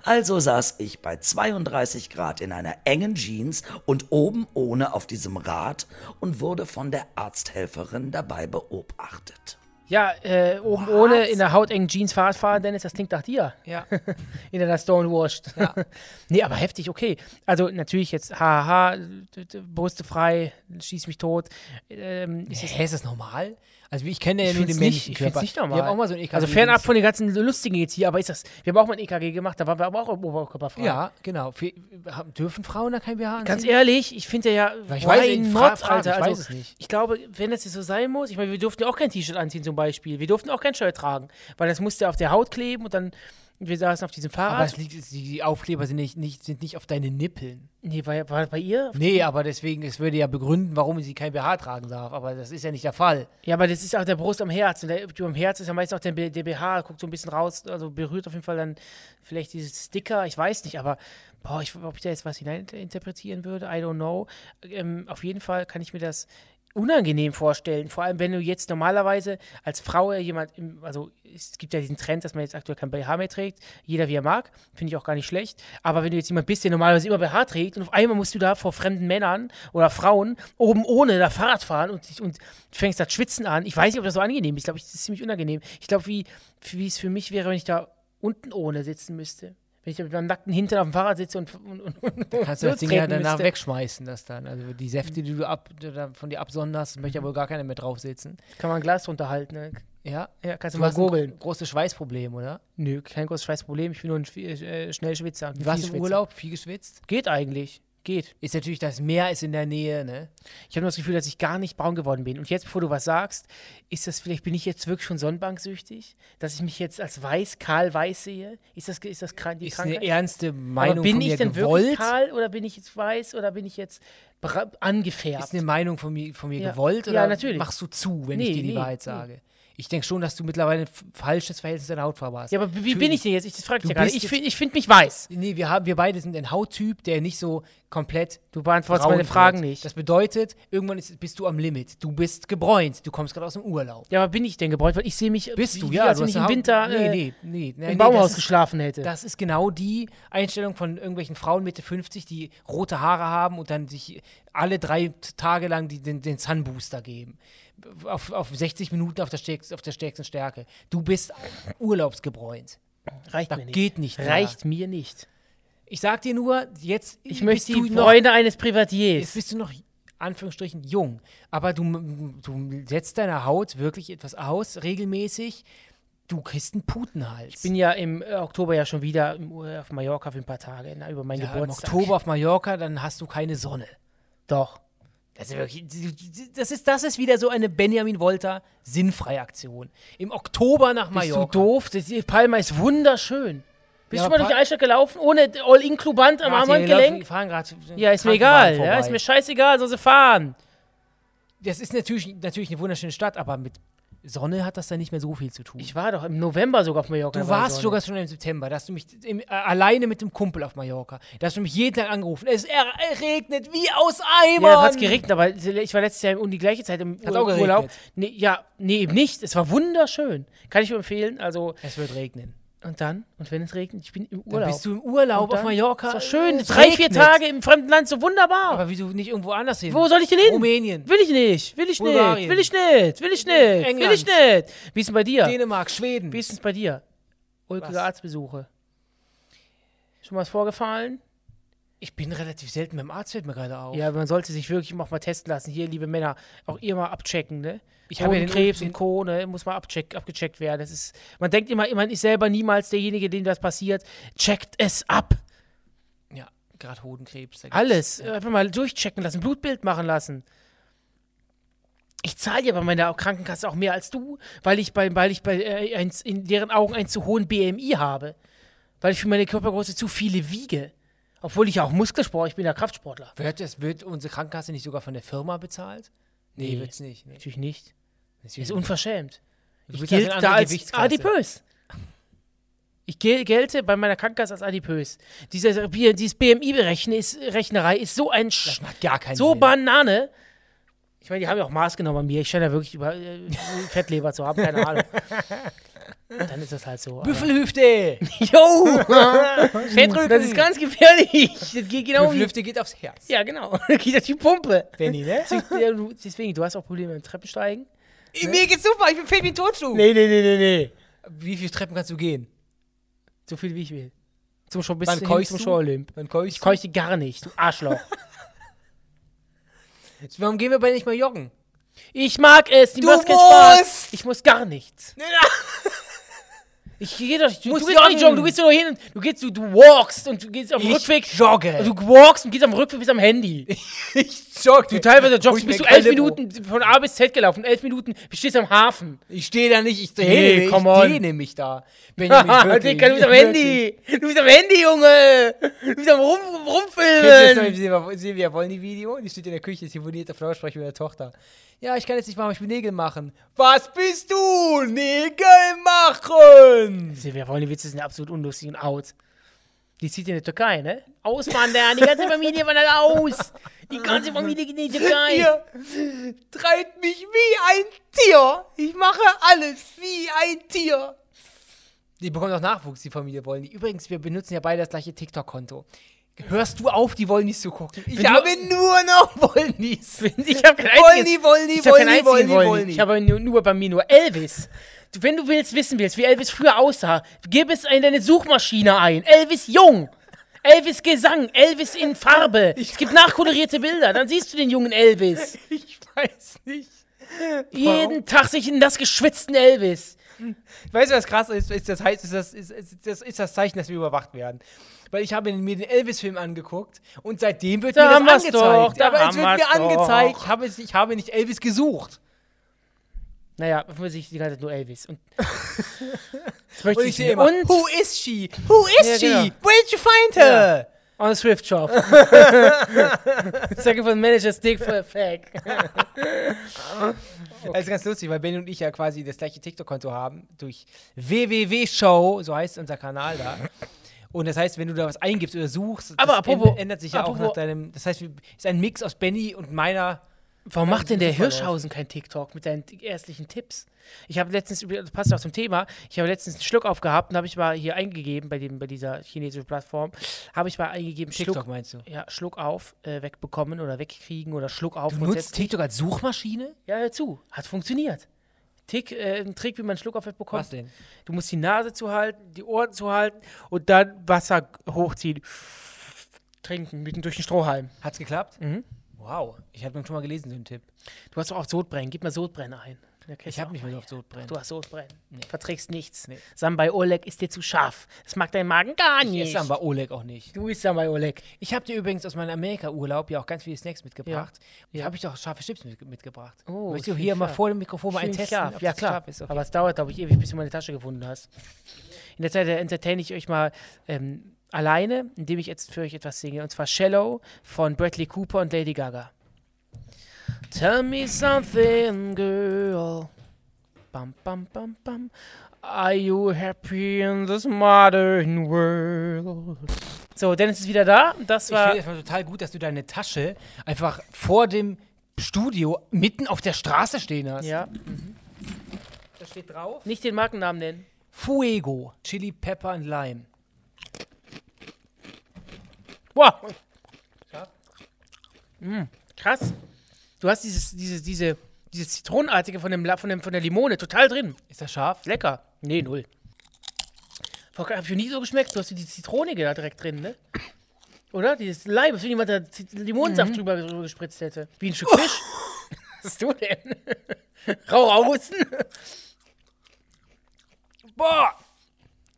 S4: Also saß ich bei 32 Grad in einer engen Jeans und oben ohne auf diesem Rad und wurde von der Arzthelferin dabei beobachtet.
S2: Ja, äh, oben ohne in der hautengen Jeans Fahrrad fahren, Dennis, das klingt nach dir.
S3: Ja.
S2: In der Stonewashed. Ja. nee, aber heftig, okay. Also natürlich jetzt, haha, d- d- Brüste frei, schieß mich tot. Ähm, ist
S3: Hä, ist das normal? Also wie ich kenne ja
S2: Ich finde
S3: nur den
S2: es nicht,
S3: männlichen
S2: ich
S3: Körper.
S2: find's nicht
S3: Wir haben
S2: normal.
S3: auch mal so E ein EKG.
S2: also fernab von den ganzen lustigen jetzt hier, aber ist das, wir haben auch mal ein EKG gemacht, da waren wir aber auch im Oberkörper frei.
S3: Ja, genau. Wir- haben- Dürfen Frauen da kein BH anziehen?
S2: Ganz ehrlich, ich finde ja,
S3: Ich
S2: why
S3: weiß nicht, fra-
S2: not,
S3: frag,
S2: Alter?
S3: ich
S2: also,
S3: weiß es nicht.
S2: Ich glaube, wenn das jetzt so sein muss, ich meine, wir durften ja auch kein T-Shirt anziehen zum Beispiel. Wir durften auch kein Shirt tragen, weil das musste auf der Haut kleben und dann, wir saßen auf diesem
S3: Aber
S2: Fahrrad.
S3: es liegt, es- die die Aufkleber sind nicht, nicht, sind nicht auf deine Nippeln.
S2: nee, war, war das bei ihr?
S3: Nee, aber deswegen, es würde ja begründen, warum sie kein BH tragen darf. Aber das ist ja nicht der Fall.
S2: Ja, aber das ist auch der Brust am Herz. Und der, am Herz ist ja meistens auch der, B- der BH, guckt so ein bisschen raus, also berührt auf jeden Fall dann vielleicht dieses Sticker, ich weiß nicht, aber boah, ich, ob ich da jetzt was hineininterpretieren würde, I don't know. Ähm, auf jeden Fall kann ich mir das unangenehm vorstellen, vor allem wenn du jetzt normalerweise als Frau ja jemand, im, also es gibt ja diesen Trend, dass man jetzt aktuell kein BH mehr trägt, jeder wie er mag, finde ich auch gar nicht schlecht, aber wenn du jetzt jemand bist, der normalerweise immer BH trägt und auf einmal musst du da vor fremden Männern oder Frauen oben ohne da Fahrrad fahren und, dich- und fängst das Schwitzen an, ich weiß nicht, ob das so angenehm ist, ich glaube, es ist ziemlich unangenehm, ich glaube, wie, wie es für mich wäre, wenn ich da unten ohne sitzen müsste. Wenn ich mit meinem nackten Hintern auf dem Fahrrad sitze und, und, und, und
S3: Kannst du das Ding ja
S2: lostreten
S3: danach
S2: müsste.
S3: wegschmeißen, das dann. Also die Säfte, die du ab, die da von dir absonderst, möchte ja wohl gar keiner mehr draufsitzen.
S2: Kann man ein Glas drunter halten, ne?
S3: Ja.
S2: Ja, kannst
S3: Du,
S2: du mal
S3: hast ein
S2: googeln.
S3: gro- großes Schweißproblem, oder?
S2: Nö, kein großes Scheißproblem. Ich bin nur ein Schwie- äh, Schnellschwitzer.
S3: Du warst im Urlaub, viel geschwitzt.
S2: Geht eigentlich. Geht.
S3: Ist natürlich, das Meer ist in der Nähe, ne?
S2: Ich habe nur das Gefühl, dass ich gar nicht braun geworden bin. Und jetzt, bevor du was sagst, ist das vielleicht, bin ich jetzt wirklich schon sonnenbanksüchtig? Dass ich mich jetzt als weiß, kahl weiß sehe? Ist das, ist das krank, die
S3: Ist eine
S2: Krankheit?
S3: ernste
S2: Aber
S3: Meinung
S2: bin
S3: von
S2: ich
S3: mir
S2: denn wirklich
S3: gewollt.
S2: kahl oder bin ich jetzt weiß oder bin ich jetzt bra- angefärbt?
S3: Ist eine Meinung von mir, von mir
S2: Ja.
S3: gewollt
S2: Ja,
S3: oder
S2: natürlich.
S3: machst du zu, wenn
S2: Nee,
S3: ich dir die
S2: nee,
S3: Wahrheit
S2: nee.
S3: sage? Ich denke schon, dass du mittlerweile ein f- falsches Verhältnis deiner Hautfarbe hast.
S2: ja, aber wie bin ich denn jetzt? Ich, das frage ich
S3: Du
S2: ja gerade.
S3: bist
S2: Ich
S3: jetzt-
S2: finde ich find mich weiß.
S3: Nee, wir, haben, wir beide sind ein Hauttyp, der nicht so komplett.
S2: Du beantwortest
S3: braun
S2: meine Fragen
S3: wird.
S2: nicht.
S3: Das bedeutet, irgendwann ist, bist du am Limit. Du bist gebräunt. Du kommst gerade aus dem Urlaub.
S2: Ja, aber bin ich denn gebräunt? Weil ich sehe mich,
S3: Bist du,
S2: wie,
S3: ja.
S2: als
S3: du
S2: wenn
S3: hast
S2: ich im
S3: eine Haut-
S2: Winter äh,
S3: nee, nee, nee, nee,
S2: im
S3: nee,
S2: Baumhaus
S3: das ist-
S2: geschlafen hätte.
S3: Das ist genau die Einstellung von irgendwelchen Frauen Mitte 50, die rote Haare haben und dann sich alle drei Tage lang die, den, den Sunbooster geben. auf, auf 60 Minuten auf der, stärksten, auf der stärksten Stärke. Du bist urlaubsgebräunt.
S2: Reicht
S3: Das
S2: mir nicht.
S3: geht nicht.
S2: Reicht mir nicht.
S3: Ich sag dir nur, jetzt
S2: Ich möchte
S3: bist
S2: die
S3: du noch,
S2: Freunde eines
S3: jetzt
S2: Privatiers.
S3: bist du noch Anführungsstrichen jung, aber du, du setzt deiner Haut wirklich etwas aus, regelmäßig. Du kriegst einen Putenhals.
S2: Ich bin ja im äh, Oktober ja schon wieder im, Ur- auf Mallorca für ein paar Tage, na, über meinen
S3: ja, im
S2: Geburtstag.
S3: Oktober auf Mallorca, dann hast du keine Sonne.
S2: Doch.
S3: Das ist, wirklich, das ist, das ist wieder so eine Benjamin Wolter sinnfreie Aktion. Im Oktober nach
S2: Bist
S3: Mallorca.
S2: du doof? Das, die Palma ist wunderschön. Bist
S3: Ja,
S2: du mal durch die
S3: Pal-
S2: Altstadt gelaufen, ohne All-In-Kluband am
S3: Ja, sie laufen-
S2: Armbandgelenk?
S3: fahren grad
S2: Ja, ist mir
S3: Krankenwagen
S2: egal. Ja,
S3: vorbei.
S2: ist mir scheißegal, soll sie fahren.
S3: das ist natürlich, natürlich eine wunderschöne Stadt, aber mit Sonne hat das dann nicht mehr so viel zu tun.
S2: Ich war doch im November sogar auf Mallorca.
S3: Du
S2: da war
S3: warst
S2: Sonne.
S3: sogar schon im September, dass du mich im, äh, alleine mit dem Kumpel auf Mallorca, dass du mich jeden Tag angerufen es er, er regnet wie aus Eimern.
S2: Ja, da hat's geregnet, aber ich war letztes Jahr um die gleiche Zeit im
S3: Hat's
S2: Ur-
S3: auch geregnet?
S2: Urlaub. Nee, ja, nee, eben nicht. Es war wunderschön. Kann ich empfehlen. Also,
S3: Es wird regnen.
S2: und dann? Und wenn es regnet, ich bin im Urlaub.
S3: Dann bist du im Urlaub
S2: Und
S3: auf
S2: dann?
S3: Mallorca.
S2: Ist doch schön.
S3: es
S2: Drei, vier
S3: regnet.
S2: Tage im fremden Land, so wunderbar.
S3: Aber wieso nicht irgendwo anders hin?
S2: Wo soll ich denn hin?
S3: Rumänien,
S2: Will ich nicht. Will ich nicht.
S3: Bulgarien.
S2: Will ich nicht. Will ich nicht. Will ich nicht. Wie ist denn bei dir?
S3: Dänemark, Schweden.
S2: Wie ist es bei dir? Ulkige
S3: Was?
S2: Arztbesuche. Schon was vorgefallen?
S3: Ich bin relativ selten mit dem Arzt, fällt mir gerade auf.
S2: Ja, man sollte sich wirklich auch mal testen lassen. Hier, liebe Männer, auch ihr mal abchecken, ne?
S3: Ich habe ja den-
S2: Krebs
S3: den-
S2: und Co. Ne? Muss mal abcheck, abgecheckt werden. Das ist, man denkt immer, man ist selber niemals derjenige, dem das passiert. Checkt es ab.
S3: ja gerade Hodenkrebs. da gibt's-
S2: Alles. Einfach mal durchchecken lassen, Blutbild machen lassen. Ich zahle ja bei meiner Krankenkasse auch mehr als du, weil ich, bei, weil ich bei, äh, eins, in deren Augen einen zu hohen BMI habe. Weil ich für meine Körpergröße zu viele wiege. Obwohl ich ja auch Muskelsport, ich bin ja Kraftsportler.
S3: Wird, das, wird unsere Krankenkasse nicht sogar von der Firma bezahlt? Nee,
S2: Nee.
S3: wird's nicht. Nee.
S2: Natürlich nicht. Ist unverschämt.
S3: Du
S2: Ich
S3: bist also in
S2: gilt da
S3: anderer
S2: als
S3: Gewichtsklasse.
S2: adipös. Ich gel gelte bei meiner Krankenkasse als adipös. Diese, dieses BMI-Berechnen ist Rechnerei ist so ein
S3: Das
S2: Sch
S3: macht gar keinen
S2: so
S3: Sinn.
S2: Banane. Ich meine, die haben ja auch Maß genommen bei mir. Ich scheine ja wirklich über äh, Fettleber zu haben, keine Ahnung. Dann ist das halt so. aber-
S3: Büffelhüfte!
S2: Yo! Fettrücken, das ist ganz gefährlich. Das geht genau wie.
S3: Büffelhüfte geht aufs Herz.
S2: Ja, genau. Da geht auf die Pumpe.
S3: Benni, ne?
S2: Ja, du- Deswegen, du hast auch Probleme mit dem Treppensteigen.
S3: Mir geht's super, ich bin fit wie ein Turnschuh.
S2: Nee, nee, nee, nee, nee.
S3: Wie viele Treppen kannst du gehen?
S2: So viel wie ich will. Zum Show bis
S3: Wann
S2: hin
S3: keuchst
S2: zum
S3: du?
S2: Show Olymp.
S3: Dann keuch
S2: Ich keuchte gar nicht, du Arschloch.
S3: Warum gehen wir bei nicht mal joggen?
S2: ich mag es, die
S3: Du
S2: Maske
S3: musst!
S2: Spaß. Ich muss gar nichts. Ich gehe doch, du,
S3: Musst
S2: du gehst doch nicht joggen,
S3: joggen.
S2: du gehst doch nur hin und du gehst, du, du walkst und du gehst auf dem Rückweg. Also
S3: jogge.
S2: Du walkst und gehst am Rückweg bis am Handy.
S3: Ich jogge.
S2: Du teilweise joggst, bist du elf
S3: Calibro.
S2: Minuten von A bis Z gelaufen, elf Minuten, du stehst am Hafen.
S3: Ich stehe da nicht, ich
S2: Nee,
S3: dehne,
S2: come
S3: ich
S2: on.
S3: dehne mich da. Benjamin,
S2: Haha,
S3: wirklich,
S2: Dicker, du bist am Handy. Du bist am Handy, Junge. Du bist am Rum,
S3: Kennst du das
S2: Rumfilmen.
S3: Silvia, Silvia Wollny Video? Die steht in der Küche, ist imponiert auf Lautsprecher mit der Tochter. Ja, ich kann jetzt nicht machen, aber ich will Nägel machen. Was bist du? Nägel machen!
S2: Silvia, wollen die Witze sind absolut unlustig und out. Die zieht in die Türkei, ne? Auswandern, die ganze Familie wandert aus. Die ganze Familie geht in die Türkei.
S3: Ihr treibt mich wie ein Tier. Ich mache alles wie ein Tier. Die bekommt auch Nachwuchs, die Familie Wollny. Übrigens, wir benutzen ja beide das gleiche TikTok-Konto. Hörst du auf, die Wollnys zu gucken? Ich
S2: Wenn du-
S3: habe nur noch Wollnys.
S2: Ich habe kein einziges.
S3: Wollny, Wollny,
S2: Ich habe keinen
S3: Wollny,
S2: einzigen
S3: Wollny,
S2: Wollny.
S3: Wollny.
S2: Ich habe nur, nur bei mir nur Elvis. Du, wenn du willst, wissen willst, wie Elvis früher aussah, gib es in deine Suchmaschine ein. Elvis Jung. Elvis Gesang, Elvis in Farbe. es gibt nachkolorierte Bilder, dann siehst du den jungen Elvis.
S3: Ich weiß nicht.
S2: Jeden Tag sich in das geschwitzten Elvis.
S3: Weißt du, was krass ist? ist das heißt, ist das, ist, ist, das ist das Zeichen, dass wir überwacht werden. Weil ich habe mir den Elvis-Film angeguckt und seitdem wird
S2: Da haben
S3: mir das
S2: wir's
S3: angezeigt.
S2: doch, da
S3: Aber
S2: haben
S3: es wird
S2: wir's
S3: mir angezeigt,
S2: doch.
S3: ich habe, es- ich habe nicht Elvis gesucht.
S2: Naja, offensichtlich die ganze Zeit nur Elvis. Und das möchte
S3: Und
S2: ich
S3: ich sehe
S2: sehen.
S3: immer,
S2: Und
S3: who is she? Who is
S2: Ja,
S3: she?
S2: genau.
S3: Where did you find her?
S2: on a Swift Shop. Second von Manager's Dick for a Fact.
S3: Das ist ganz lustig, weil Ben und ich ja quasi das gleiche TikTok-Konto haben durch www.show, so heißt unser Kanal da. Und das heißt, wenn du da was eingibst oder suchst,
S2: Aber
S3: das
S2: apropos-
S3: ändert sich ja auch
S2: apropos-
S3: nach deinem. Das heißt, es ist ein Mix aus Benny und meiner
S2: Warum macht denn
S3: sind
S2: der
S3: die Follower?
S2: Hirschhausen kein TikTok mit seinen ärztlichen Tipps? Ich habe letztens, übrigens- das passt auch zum Thema, ich habe letztens einen Schluck aufgehabt und habe ich mal hier eingegeben, bei, dem, bei dieser chinesischen Plattform, habe ich mal eingegeben,
S3: TikTok
S2: Schluck,
S3: meinst du?
S2: ja, Schluck auf, äh, wegbekommen oder wegkriegen oder Schluck auf.
S3: Du
S2: grundsätzlich.
S3: nutzt TikTok als Suchmaschine?
S2: Ja, hör zu. Hat funktioniert. Tick, äh, ein Trick, wie man Schluck auf bekommt.
S3: Was denn?
S2: Du musst die Nase zuhalten, die Ohren zuhalten und dann Wasser hochziehen. Trinken mit, durch den Strohhalm.
S3: Hat's geklappt? Wow, ich habe schon mal gelesen, so einen Tipp.
S2: Du hast doch auch Sodbrennen. Gib mal Sodbrennen ein. Ja, kennst
S3: Ich
S2: du
S3: habe
S2: auch.
S3: nicht mehr so auf Sodbrennen.
S2: Du hast Sodbrennen. Verträgst nichts.
S3: Nee.
S2: Sambai Oleg ist dir zu scharf. Das mag dein Magen gar
S3: Ich
S2: nicht.
S3: esse aber Oleg auch nicht.
S2: du isst Sambai Oleg.
S3: Ich habe dir übrigens aus meinem Amerika-Urlaub ja auch ganz viele Snacks mitgebracht. Da habe ich doch scharfe Chips mit, mitgebracht.
S2: Oh,
S3: Möchtest du
S2: schön
S3: hier mal
S2: scharf.
S3: vor dem Mikrofon mal Um einen testen? ob
S2: Ja,
S3: das
S2: klar.
S3: scharf Ist? Okay.
S2: Aber es dauert, glaube ich, ewig, bis du meine Tasche gefunden hast. In der Zeit äh, entertaine ich euch mal ähm, alleine, indem ich jetzt für euch etwas singe. Und zwar Shallow von Bradley Cooper und Lady Gaga. Tell me something, girl. Bam, bam, bam, bam. Are you happy in this modern world? So, Dennis ist wieder da. Das
S3: Ich finde
S2: war.
S3: erstmal total gut, dass du deine Tasche einfach vor dem Studio mitten auf der Straße stehen hast.
S2: Ja,
S3: Mhm. Da steht drauf.
S2: nicht den Markennamen nennen.
S3: Fuego, Chili Pepper and Lime.
S2: Wow. krass. Du hast dieses, dieses, diese, dieses Zitronenartige von, dem, La- von, dem, von der Limone total drin.
S3: Ist das scharf?
S2: Lecker. Nee, null. Fuck, Hab ich noch nie so geschmeckt. Du hast die Zitronige da direkt drin, ne? Oder? Dieses Leib, als wenn jemand da Zit-
S3: Mhm.
S2: Limonsaft drüber, drüber gespritzt hätte. Wie ein Stück Fisch. Was hast du denn? Rauch aushusten.
S3: Boah!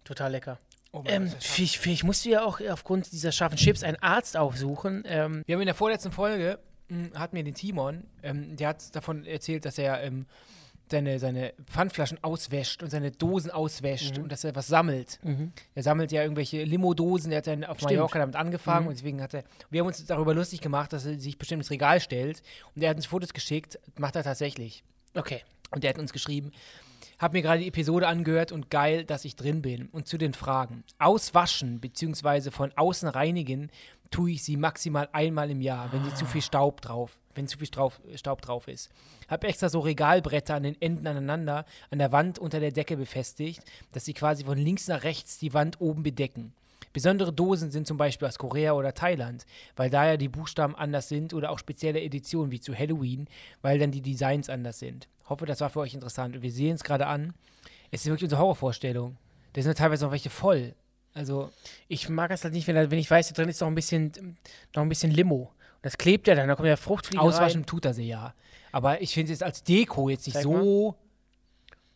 S2: Total lecker.
S3: Oh mein
S2: Ähm,
S3: Gott, das ist
S2: ich,
S3: scharf.
S2: ich musste ja auch aufgrund dieser scharfen Chips einen Arzt aufsuchen. Ähm,
S3: Wir haben in der vorletzten Folge, mh, hat mir den Timon, ähm, der hat davon erzählt, dass er ähm, seine, seine Pfandflaschen auswäscht und seine Dosen auswäscht
S2: Mhm.
S3: und dass er was sammelt. Er sammelt ja irgendwelche Limo-Dosen, er hat dann auf Mallorca damit
S2: Mhm.
S3: angefangen und deswegen hat er, wir haben uns darüber lustig gemacht, dass er sich bestimmt ins Regal stellt und er hat uns Fotos geschickt, macht er tatsächlich.
S2: okay.
S3: Und der hat uns geschrieben, hab mir gerade die Episode angehört und geil, dass ich drin bin. Und zu den Fragen. Auswaschen bzw. von außen reinigen tue ich sie maximal einmal im Jahr, wenn sie zu viel Staub drauf, wenn zu viel Staub, Staub drauf ist. Hab extra so Regalbretter an den Enden aneinander, an der Wand unter der Decke befestigt, dass sie quasi von links nach rechts die Wand oben bedecken. Besondere Dosen sind zum Beispiel aus Korea oder Thailand, weil da ja die Buchstaben anders sind oder auch spezielle Editionen wie zu Halloween, weil dann die Designs anders sind. Hoffe, das war für euch interessant. Und wir sehen es gerade an. Es ist wirklich unsere Horrorvorstellung. Da sind ja teilweise noch welche voll. Also,
S2: Ich mag es halt nicht, wenn, da- wenn ich weiß, da drin ist noch ein bisschen, noch ein bisschen Limo. Und das klebt ja dann, da kommt ja Fruchtfliegen
S3: auswaschen
S2: rein.
S3: tut er sie ja. Aber ich finde es jetzt als Deko jetzt nicht
S2: Zeig
S3: so.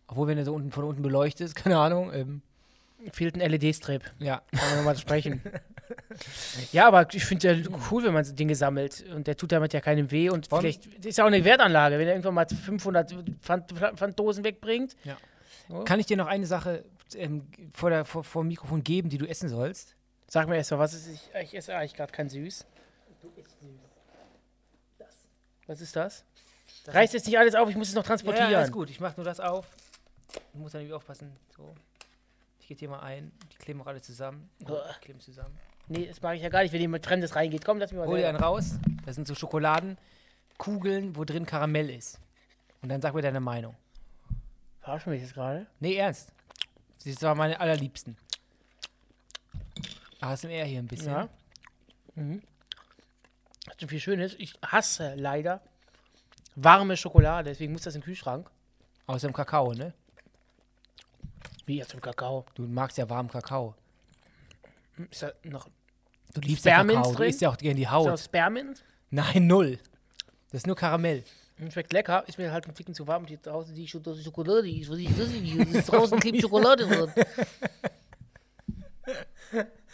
S3: Obwohl, wenn er so unten von unten beleuchtet ist, keine Ahnung. Ähm,
S2: Fehlt ein LED-Strip.
S3: ja.
S2: Kann man nochmal sprechen. ja, aber ich finde ja cool, wenn man so Dinge sammelt. Und der tut damit ja keinem weh. Und
S3: Von-
S2: vielleicht das ist ja auch eine Wertanlage, wenn er irgendwann mal 500 Pfand, Pfanddosen wegbringt.
S3: Kann ich dir noch eine Sache ähm, vor, der, vor, vor dem Mikrofon geben, die du essen sollst?
S2: Sag mir erst mal, was ist. Ich, ich esse eigentlich gerade kein Süß. Was ist das? Reiß jetzt nicht alles auf, ich muss es noch transportieren.
S3: Ja, ja, ist gut. Ich mache nur das auf. Ich muss dann irgendwie aufpassen. So. Ich gehe hier mal ein. Die kleben auch alle zusammen. Gut,
S2: Uah.
S3: die kleben zusammen.
S2: Nee, das mag ich ja gar nicht, wenn jemand Fremdes reingeht. Komm, lass mich mal
S3: Hol dir
S2: selber.
S3: einen raus. Das sind so Schokoladenkugeln, wo drin Karamell ist. Und dann sag mir deine Meinung.
S2: Verarschen mich jetzt gerade?
S3: Nee, ernst. Das war meine allerliebsten. ASMR hier ein bisschen.
S2: Ja. Mhm. Hat schon viel Schönes. Ich hasse leider warme Schokolade, deswegen muss das im Kühlschrank.
S3: Aus dem Kakao, ne?
S2: Wie jetzt im Kakao.
S3: Du magst ja warmen Kakao.
S2: Ist da noch ist
S3: Du liebst
S2: Spermins
S3: ja Kakao. Du
S2: drin?
S3: isst ja auch gerne die
S2: da
S3: Haut.
S2: noch Spermint?
S3: Nein, null. Das ist nur Karamell.
S2: Hm, Schmeckt lecker, ist mir halt ein Ticken zu warm. Und hier draußen die Scho- die Schokolade. Ich weiß nicht, das ist nicht. das ist Draußen klebt Schokolade drin.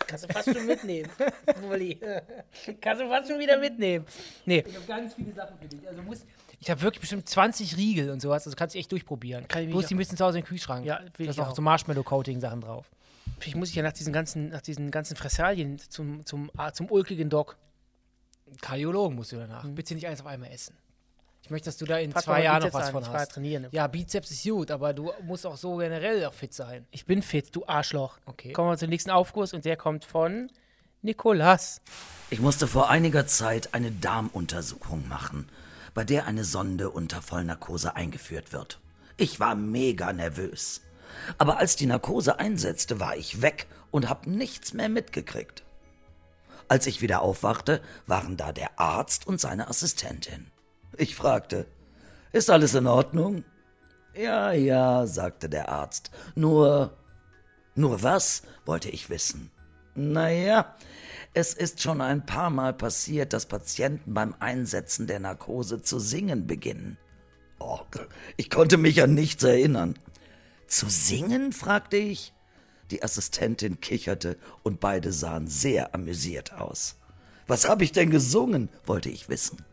S2: Kannst du fast schon mitnehmen. Wally. Kannst du fast schon wieder mitnehmen. Nee,
S3: Ich habe ganz viele Sachen für dich. Also musst ich habe wirklich bestimmt 20 Riegel und sowas, also kannst du echt durchprobieren.
S2: Kann ich mich
S3: Bloß
S2: auch-
S3: die müssen zu Hause in den Kühlschrank.
S2: Ja, will
S3: da ist
S2: ich
S3: auch
S2: auch.
S3: so Marshmallow-Coating-Sachen drauf.
S2: vielleicht muss ich ja nach diesen ganzen, nach diesen ganzen Fressalien zum, zum, ah, zum ulkigen Doc.
S3: Kardiologen musst du danach. Bitte nicht alles auf einmal essen. Mhm. Ich möchte, dass du da in
S2: Pass mal
S3: zwei ne?
S2: mein
S3: Jahren noch
S2: Bizeps
S3: was
S2: an,
S3: von
S2: ich war
S3: hast.
S2: trainieren.
S3: Ja, Bizeps ist gut, aber du musst auch so generell auch fit sein.
S2: Ich bin fit, du Arschloch.
S3: Okay.
S2: Kommen wir zum nächsten Aufguss und der kommt von Nikolas.
S4: Ich musste vor einiger Zeit eine Darmuntersuchung machen. bei der eine Sonde unter Vollnarkose eingeführt wird. Ich war mega nervös. Aber als die Narkose einsetzte, war ich weg und hab nichts mehr mitgekriegt. Als ich wieder aufwachte, waren da der Arzt und seine Assistentin. Ich fragte, ist alles in Ordnung? Ja, ja, sagte der Arzt. Nur. Nur was? wollte ich wissen. Naja, es ist schon ein paar Mal passiert, dass Patienten beim Einsetzen der Narkose zu singen beginnen. Oh, ich konnte mich an nichts erinnern. Zu singen? fragte ich. Die Assistentin kicherte und beide sahen sehr amüsiert aus. Was habe ich denn gesungen? wollte ich wissen.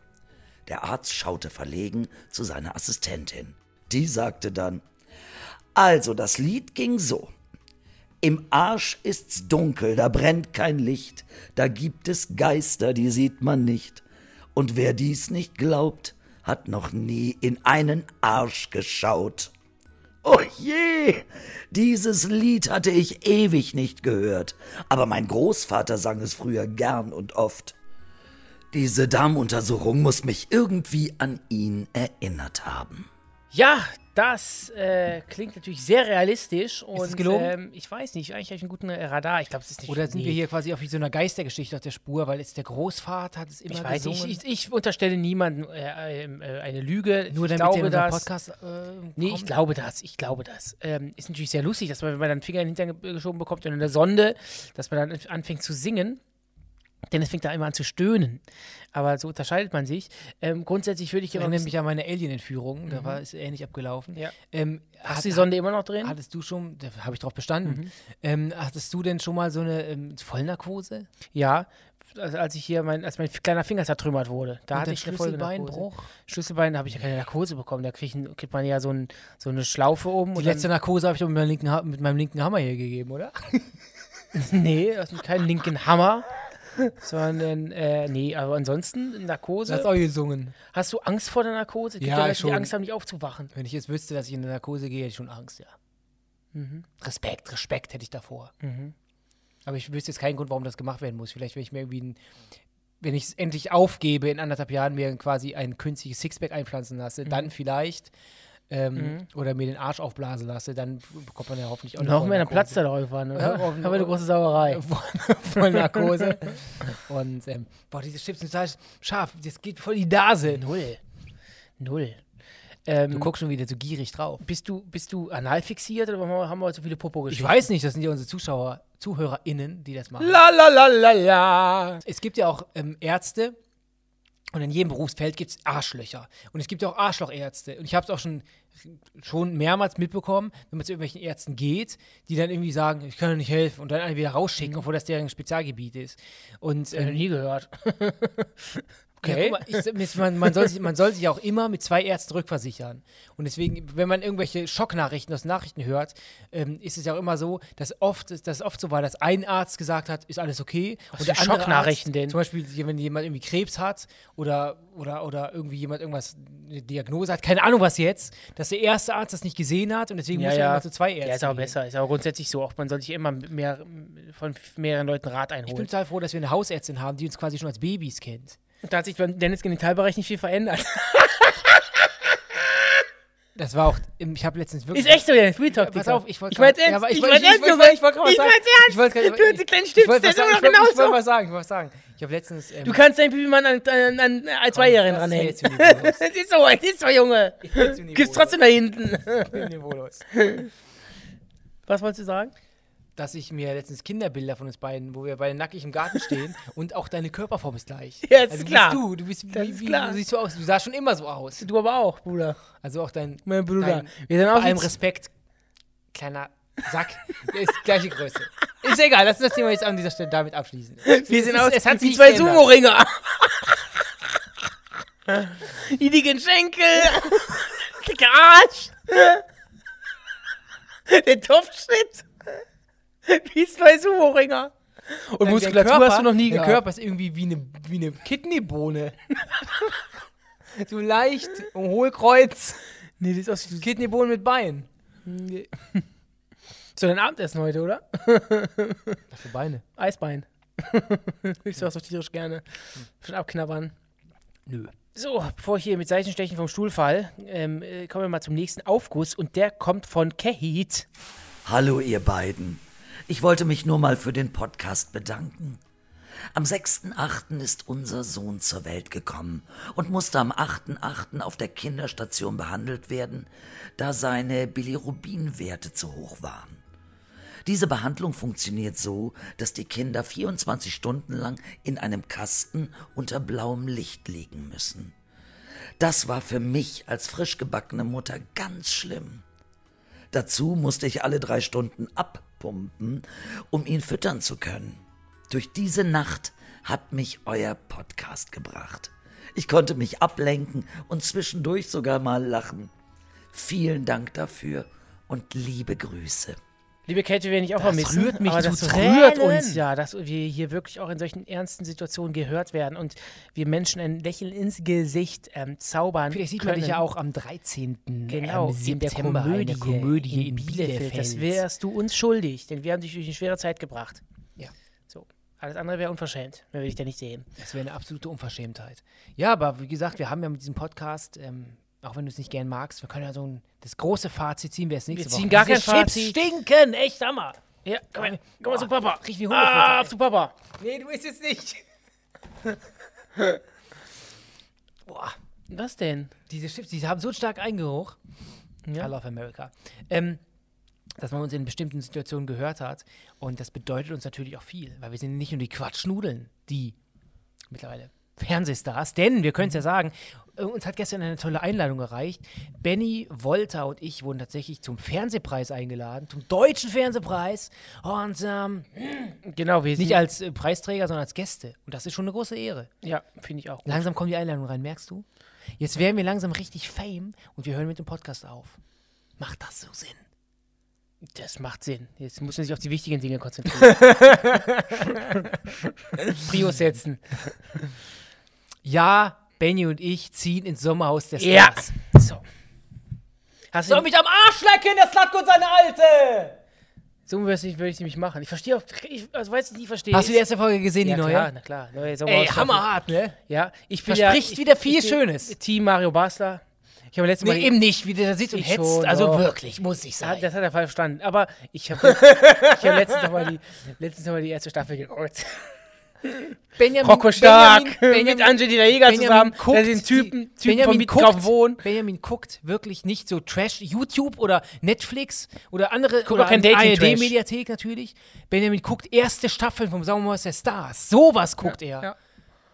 S4: Der Arzt schaute verlegen zu seiner Assistentin. Die sagte dann, also das Lied ging so. Im Arsch ist's dunkel, da brennt kein Licht, da gibt es Geister, die sieht man nicht. Und wer dies nicht glaubt, hat noch nie in einen Arsch geschaut. Oh je! Dieses Lied hatte ich ewig nicht gehört, aber mein Großvater sang es früher gern und oft. Diese Darmuntersuchung muss mich irgendwie an ihn erinnert haben.
S2: Ja, das äh, klingt natürlich sehr realistisch. Und,
S3: gelogen?
S2: Ähm, ich weiß nicht, eigentlich habe ich einen guten Radar. Ich glaube, es ist nicht
S3: Oder sind
S2: nee.
S3: wir hier quasi auf so einer Geistergeschichte auf der Spur, weil es der Großvater hat es immer
S2: Ich weiß nicht,
S3: gesungen.
S2: ich, ich unterstelle niemandem äh, ähm, äh, eine Lüge.
S3: Nur
S2: ich
S3: damit
S2: glaube
S3: der in unseren
S2: das.
S3: Podcast äh,
S2: Nee,
S3: kommt.
S2: ich glaube das, ich glaube das. Ähm, ist natürlich sehr lustig, dass man, wenn man dann Finger in den Hintern ge- geschoben bekommt und in der Sonde, dass man dann anfängt zu singen. Denn es fängt da immer an zu stöhnen. Aber so unterscheidet man sich. Ähm, grundsätzlich würde ich
S3: Ich
S2: immer.
S3: erinnere mich an meine Alien-Entführung, da war es ähnlich abgelaufen.
S2: Mhm. Ja.
S3: Ähm,
S2: Hast
S3: hat-
S2: du die Sonde immer noch drin?
S3: Hattest du schon, da habe ich drauf bestanden,
S2: Mhm.
S3: ähm, hattest du denn schon mal so eine ähm, Vollnarkose?
S2: Ja, also als ich hier mein, als mein kleiner Finger zertrümmert wurde, da
S3: Und
S2: hatte
S3: den
S2: ich eine Folge
S3: Schlüsselbeinbruch?
S2: Narkose. Schlüsselbein habe ich ja keine Narkose bekommen. Da kriegt, kriegt man ja so, ein, so eine Schlaufe oben.
S3: Die
S2: und
S3: letzte Narkose habe ich doch mit meinem, linken ha mit meinem linken Hammer hier gegeben, oder?
S2: Dann, nee, das ist kein linken Hammer. Sondern, äh, nee, aber ansonsten, Narkose.
S3: Das hast auch gesungen.
S2: Hast du Angst vor der Narkose? Es Gibt
S3: Also- Ja,
S2: ja, Leute,
S3: schon.
S2: die Angst haben, nicht aufzuwachen.
S3: Wenn ich jetzt wüsste, dass ich in eine Narkose gehe, hätte ich schon Angst, ja. Mhm. Respekt, Respekt hätte ich davor. Aber ich wüsste jetzt keinen Grund, warum das gemacht werden muss. Vielleicht, wenn ich mir irgendwie ein, wenn ich es endlich aufgebe, in anderthalb Jahren mir quasi ein künstliches Sixpack einpflanzen lasse, dann vielleicht. Ähm, Oder mir den Arsch aufblasen lasse, dann bekommt man ja hoffentlich auch
S2: Und
S3: eine
S2: noch mehr, dann
S3: Vollnarkose.
S2: platzt er doch irgendwann, oder?
S3: Ja, auf-
S2: Aber eine große Sauerei.
S3: voll Narkose. Und ähm, boah, diese Chips sind total scharf. Das geht voll in die Nase. Ähm,
S2: Null. Null.
S3: Du guckst schon wieder so gierig drauf.
S2: Bist du, bist du anal fixiert oder warum haben wir heute so viele Popo
S3: Ich
S2: geschrieben?
S3: weiß nicht, das sind ja unsere Zuschauer, ZuhörerInnen, die das machen.
S2: La la la la la.
S3: Es gibt ja auch ähm, Ärzte und in jedem Berufsfeld gibt es Arschlöcher. Und es gibt ja auch Arschlochärzte. Und ich habe es auch schon, schon mehrmals mitbekommen, wenn man zu irgendwelchen Ärzten geht, die dann irgendwie sagen, ich kann dir nicht helfen und dann einen wieder rausschicken,
S2: Mhm.
S3: obwohl das deren Spezialgebiet ist. Und
S2: Noch
S3: ähm,
S2: nie gehört.
S3: Ja, guck mal, ich, mir ist- man, man, soll sich, man soll sich auch immer mit zwei Ärzten rückversichern. Und deswegen, wenn man irgendwelche Schocknachrichten aus Nachrichten hört, ähm, ist es ja auch immer so, dass oft, dass es oft so war, dass ein Arzt gesagt hat, ist alles okay.
S2: für
S3: der andere
S2: Schocknachrichten
S3: Arzt,
S2: denn?
S3: Zum Beispiel, wenn jemand irgendwie Krebs hat oder, oder, oder irgendwie jemand irgendwas, eine Diagnose hat, keine Ahnung was jetzt, dass der erste Arzt das nicht gesehen hat und deswegen muss er immer zu zwei Ärzten.
S2: Ja, ist auch
S3: gehen.
S2: besser. Ist auch grundsätzlich so. Auch man soll sich immer mehr, von mehreren Leuten Rat
S3: Ich bin
S2: einholen.
S3: total froh, dass wir eine Hausärztin haben, die uns quasi schon als Babys kennt.
S2: Da hat sich beim Dennis Genitalbereich nicht viel verändert.
S3: Das war auch, ich habe letztens wirklich.
S2: Ist echt so, Dennis. Real Talk.
S3: Ja, pass
S2: Dicker.
S3: auf, ich wollte
S2: Ich mein's
S3: grad-
S2: ernst.
S3: aber
S2: Ich
S3: wollt-
S2: mein's ernst,
S3: wollt-
S2: Junge.
S3: ich wollte gerade
S2: Ich
S3: was sagen.
S2: mein's ernst.
S3: Ich wollte gerade-
S2: Du hörst die kleinen
S3: ich
S2: Stifte,
S3: wollte
S2: das
S3: was
S2: ist
S3: sagen,
S2: immer
S3: ich wollte-
S2: noch
S3: Ich wollte
S2: genauso.
S3: was sagen, ich wollte was sagen. Ich habe letztens. Ähm,
S2: Du kannst dein Pipi-Mann an, an, an einen Zweijährigen
S3: das ist mir
S2: ranhängen.
S3: jetzt im Niveau los.
S2: Das ist so, das ist so, Junge.
S3: jetzt im Niveau
S2: Gib's
S3: los.
S2: trotzdem da hinten.
S3: Niveaulos.
S2: Was wolltest du sagen?
S3: Dass ich mir letztens Kinderbilder von uns beiden, wo wir beide nackig im Garten stehen und auch deine Körperform ist gleich.
S2: Ja, ist
S3: also,
S2: klar.
S3: Du bist du, du bist
S2: Das
S3: wie,
S2: ist
S3: wie
S2: klar.
S3: du siehst so aus. Du sahst schon immer so aus.
S2: Du aber auch, Bruder.
S3: Also auch dein
S2: Mein Bruder.
S3: Dein,
S2: Wir sind
S3: bei
S2: auch
S3: allem
S2: jetzt-
S3: Respekt, kleiner Sack, der ist gleiche Größe. Ist egal, lass uns das Thema jetzt an dieser Stelle damit abschließen.
S2: Wir sind
S3: Es-
S2: aus
S3: es hat
S2: wie
S3: sich
S2: zwei
S3: geändert.
S2: Sumo-Ringer. Die dicken Schenkel. Dicker Arsch. Der Topfschnitt. Wie zwei Sumo-Ringer. Und
S3: Dein-
S2: Muskulatur
S3: dein Körper,
S2: hast du noch nie
S3: dein
S2: gehabt.
S3: Körper ist irgendwie wie eine, wie eine Kidneybohne. so leicht, um Hohlkreuz.
S2: Nee, das ist aus wie
S3: Kidneybohnen mit Bein.
S2: so dein Abendessen heute, oder?
S3: Dafür Beine.
S2: Eisbein. ich sag's doch tierisch gerne. Schon abknabbern.
S3: Nö.
S2: So, bevor ich hier mit Seitenstechen vom Stuhl fall, ähm, äh, kommen wir mal zum nächsten Aufguss und der kommt von Kehit.
S4: Hallo ihr beiden. Ich wollte mich nur mal für den Podcast bedanken. Am 6.8. ist unser Sohn zur Welt gekommen und musste am 8.8. auf der Kinderstation behandelt werden, da seine Bilirubinwerte zu hoch waren. Diese Behandlung funktioniert so, dass die Kinder 24 Stunden lang in einem Kasten unter blauem Licht liegen müssen. Das war für mich als frischgebackene Mutter ganz schlimm. Dazu musste ich alle drei Stunden abpumpen, um ihn füttern zu können. Durch diese Nacht hat mich euer Podcast gebracht. Ich konnte mich ablenken und zwischendurch sogar mal lachen. Vielen Dank dafür und liebe Grüße.
S2: Liebe Kate, wir werden dich auch mal missen.
S3: rührt mich
S2: aber
S3: zu
S2: das rührt
S3: Tränen.
S2: uns ja, dass wir hier wirklich auch in solchen ernsten Situationen gehört werden und wir Menschen ein Lächeln ins Gesicht ähm, zaubern.
S3: Vielleicht sieht
S2: können.
S3: man dich ja auch am 13.
S2: Genau,
S3: ähm,
S2: in der
S3: September
S2: Komödie,
S3: der Komödie
S2: in Bielefeld. Das wärst du uns schuldig, denn wir haben dich durch eine schwere Zeit gebracht.
S3: Ja.
S2: So. Alles andere wäre unverschämt, wenn wir dich da nicht sehen.
S3: Das wäre eine absolute Unverschämtheit. Ja, aber wie gesagt, wir haben ja mit diesem Podcast, ähm, auch wenn du es nicht gern magst, wir können ja so ein, das große Fazit ziehen, wir es nächste
S2: Wir
S3: Woche.
S2: ziehen gar
S3: Diese
S2: kein Fazit.
S3: Chips
S2: stinken, echt Hammer. Ja, komm, her, komm mal zu Papa.
S3: riech wie Hundefutter,
S2: ah,
S3: ey.
S2: zu Papa.
S3: ste- Nee, du isst jetzt nicht. Boah,
S2: Was denn?
S3: diese Chips, die haben so einen starken Eigengeruch.
S2: Ja.
S3: I love America. Ähm, dass man uns in bestimmten Situationen gehört hat. Und das bedeutet uns natürlich auch viel, weil wir sind nicht nur die Quatschnudeln, die mittlerweile Fernsehstars, denn wir
S2: Mhm.
S3: können es ja sagen, äh, uns hat gestern eine tolle Einladung erreicht. Benny Wolter und ich wurden tatsächlich zum Fernsehpreis eingeladen, zum deutschen Fernsehpreis. Und ähm,
S2: Genau, wir
S3: nicht
S2: sind-
S3: als äh, Preisträger, sondern als Gäste. Und das ist schon eine große Ehre.
S2: Ja, finde ich auch gut.
S3: Langsam kommen die Einladungen rein, merkst du? Jetzt werden wir langsam richtig fame und wir hören mit dem Podcast auf. Macht das so Sinn?
S2: Das macht Sinn. Jetzt muss man sich auf die wichtigen Dinge konzentrieren. Prios setzen.
S3: Ja, Benny und ich ziehen ins Sommerhaus der
S2: Ja.
S3: Stars.
S2: So. Hast du
S3: Soll mich am Arsch lecken, der Slatko und seine Alte!
S2: so würde ich es nicht machen. Ich verstehe auch, ich also, weiß ich nicht, verstehe.
S3: Hast du
S2: ich-
S3: die erste Folge gesehen,
S2: ja,
S3: die neue?
S2: Klar, na klar. Neue
S3: Ey,
S2: Sommerhaus-
S3: hammerhart, ne?
S2: Ja, ich bin
S3: Verspricht
S2: ja, ich,
S3: wieder viel
S2: ich bin
S3: Schönes.
S2: Team Mario Basler. Ich habe letztes Mal.
S3: Nee, eben nicht, wie du da sitzt und
S2: Ich
S3: hetzt.
S2: schon,
S3: also
S2: doch.
S3: wirklich, muss ich
S2: das, hat,
S3: sagen.
S2: das hat er falsch verstanden. Aber ich habe ich hab letztens nochmal die, letztens noch mal die erste Staffel geguckt.
S3: Benjamin,
S2: Rocco Stark
S3: Benjamin,
S2: mit Angelina Jäger zusammen.
S3: Also guckt,
S2: der den Typen, Typen
S3: die-
S2: vom
S3: Benjamin
S2: Mietkauf
S3: guckt,
S2: wohnt.
S3: Benjamin guckt wirklich nicht so Trash, YouTube oder Netflix oder andere
S2: auch
S3: oder
S2: kein Dating-Trash.
S3: ARD-Mediathek natürlich. Benjamin guckt erste Staffeln vom Sommerhaus der Stars. Sowas guckt er.
S2: ja.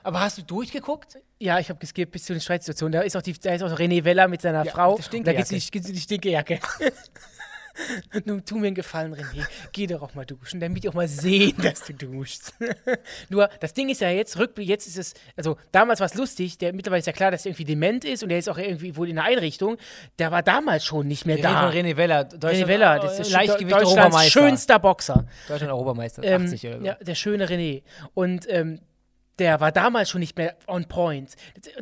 S3: Aber hast du durchgeguckt?
S2: Ja, ich habe geskippt bis zu den Streitstationen. Da ist auch, die, da ist auch René Weller mit seiner
S3: Ja,
S2: Frau.
S3: mit der
S2: Und da gibt's die,
S3: Stinkejacke.
S2: gibt's die Stinkejacke. Nun tu mir einen Gefallen, René. Geh doch auch mal duschen, damit die auch mal sehen, dass du duschst. Nur, das Ding ist ja jetzt, rückblick, jetzt ist es, also damals war es lustig, der, mittlerweile ist ja klar, dass er irgendwie dement ist und er ist auch irgendwie wohl in einer Einrichtung. Der war damals schon nicht mehr
S3: Wir
S2: da.
S3: reden von René Weller, Deutschland,
S2: René Weller, das ist
S3: Leichtgewicht
S2: Oh, Deutschlands
S3: Europameister.
S2: schönster Boxer.
S3: Deutschland Europameister,
S2: Ähm,
S3: 80 oder so.
S2: ja, der schöne René. Und ähm, der war damals schon nicht mehr on point.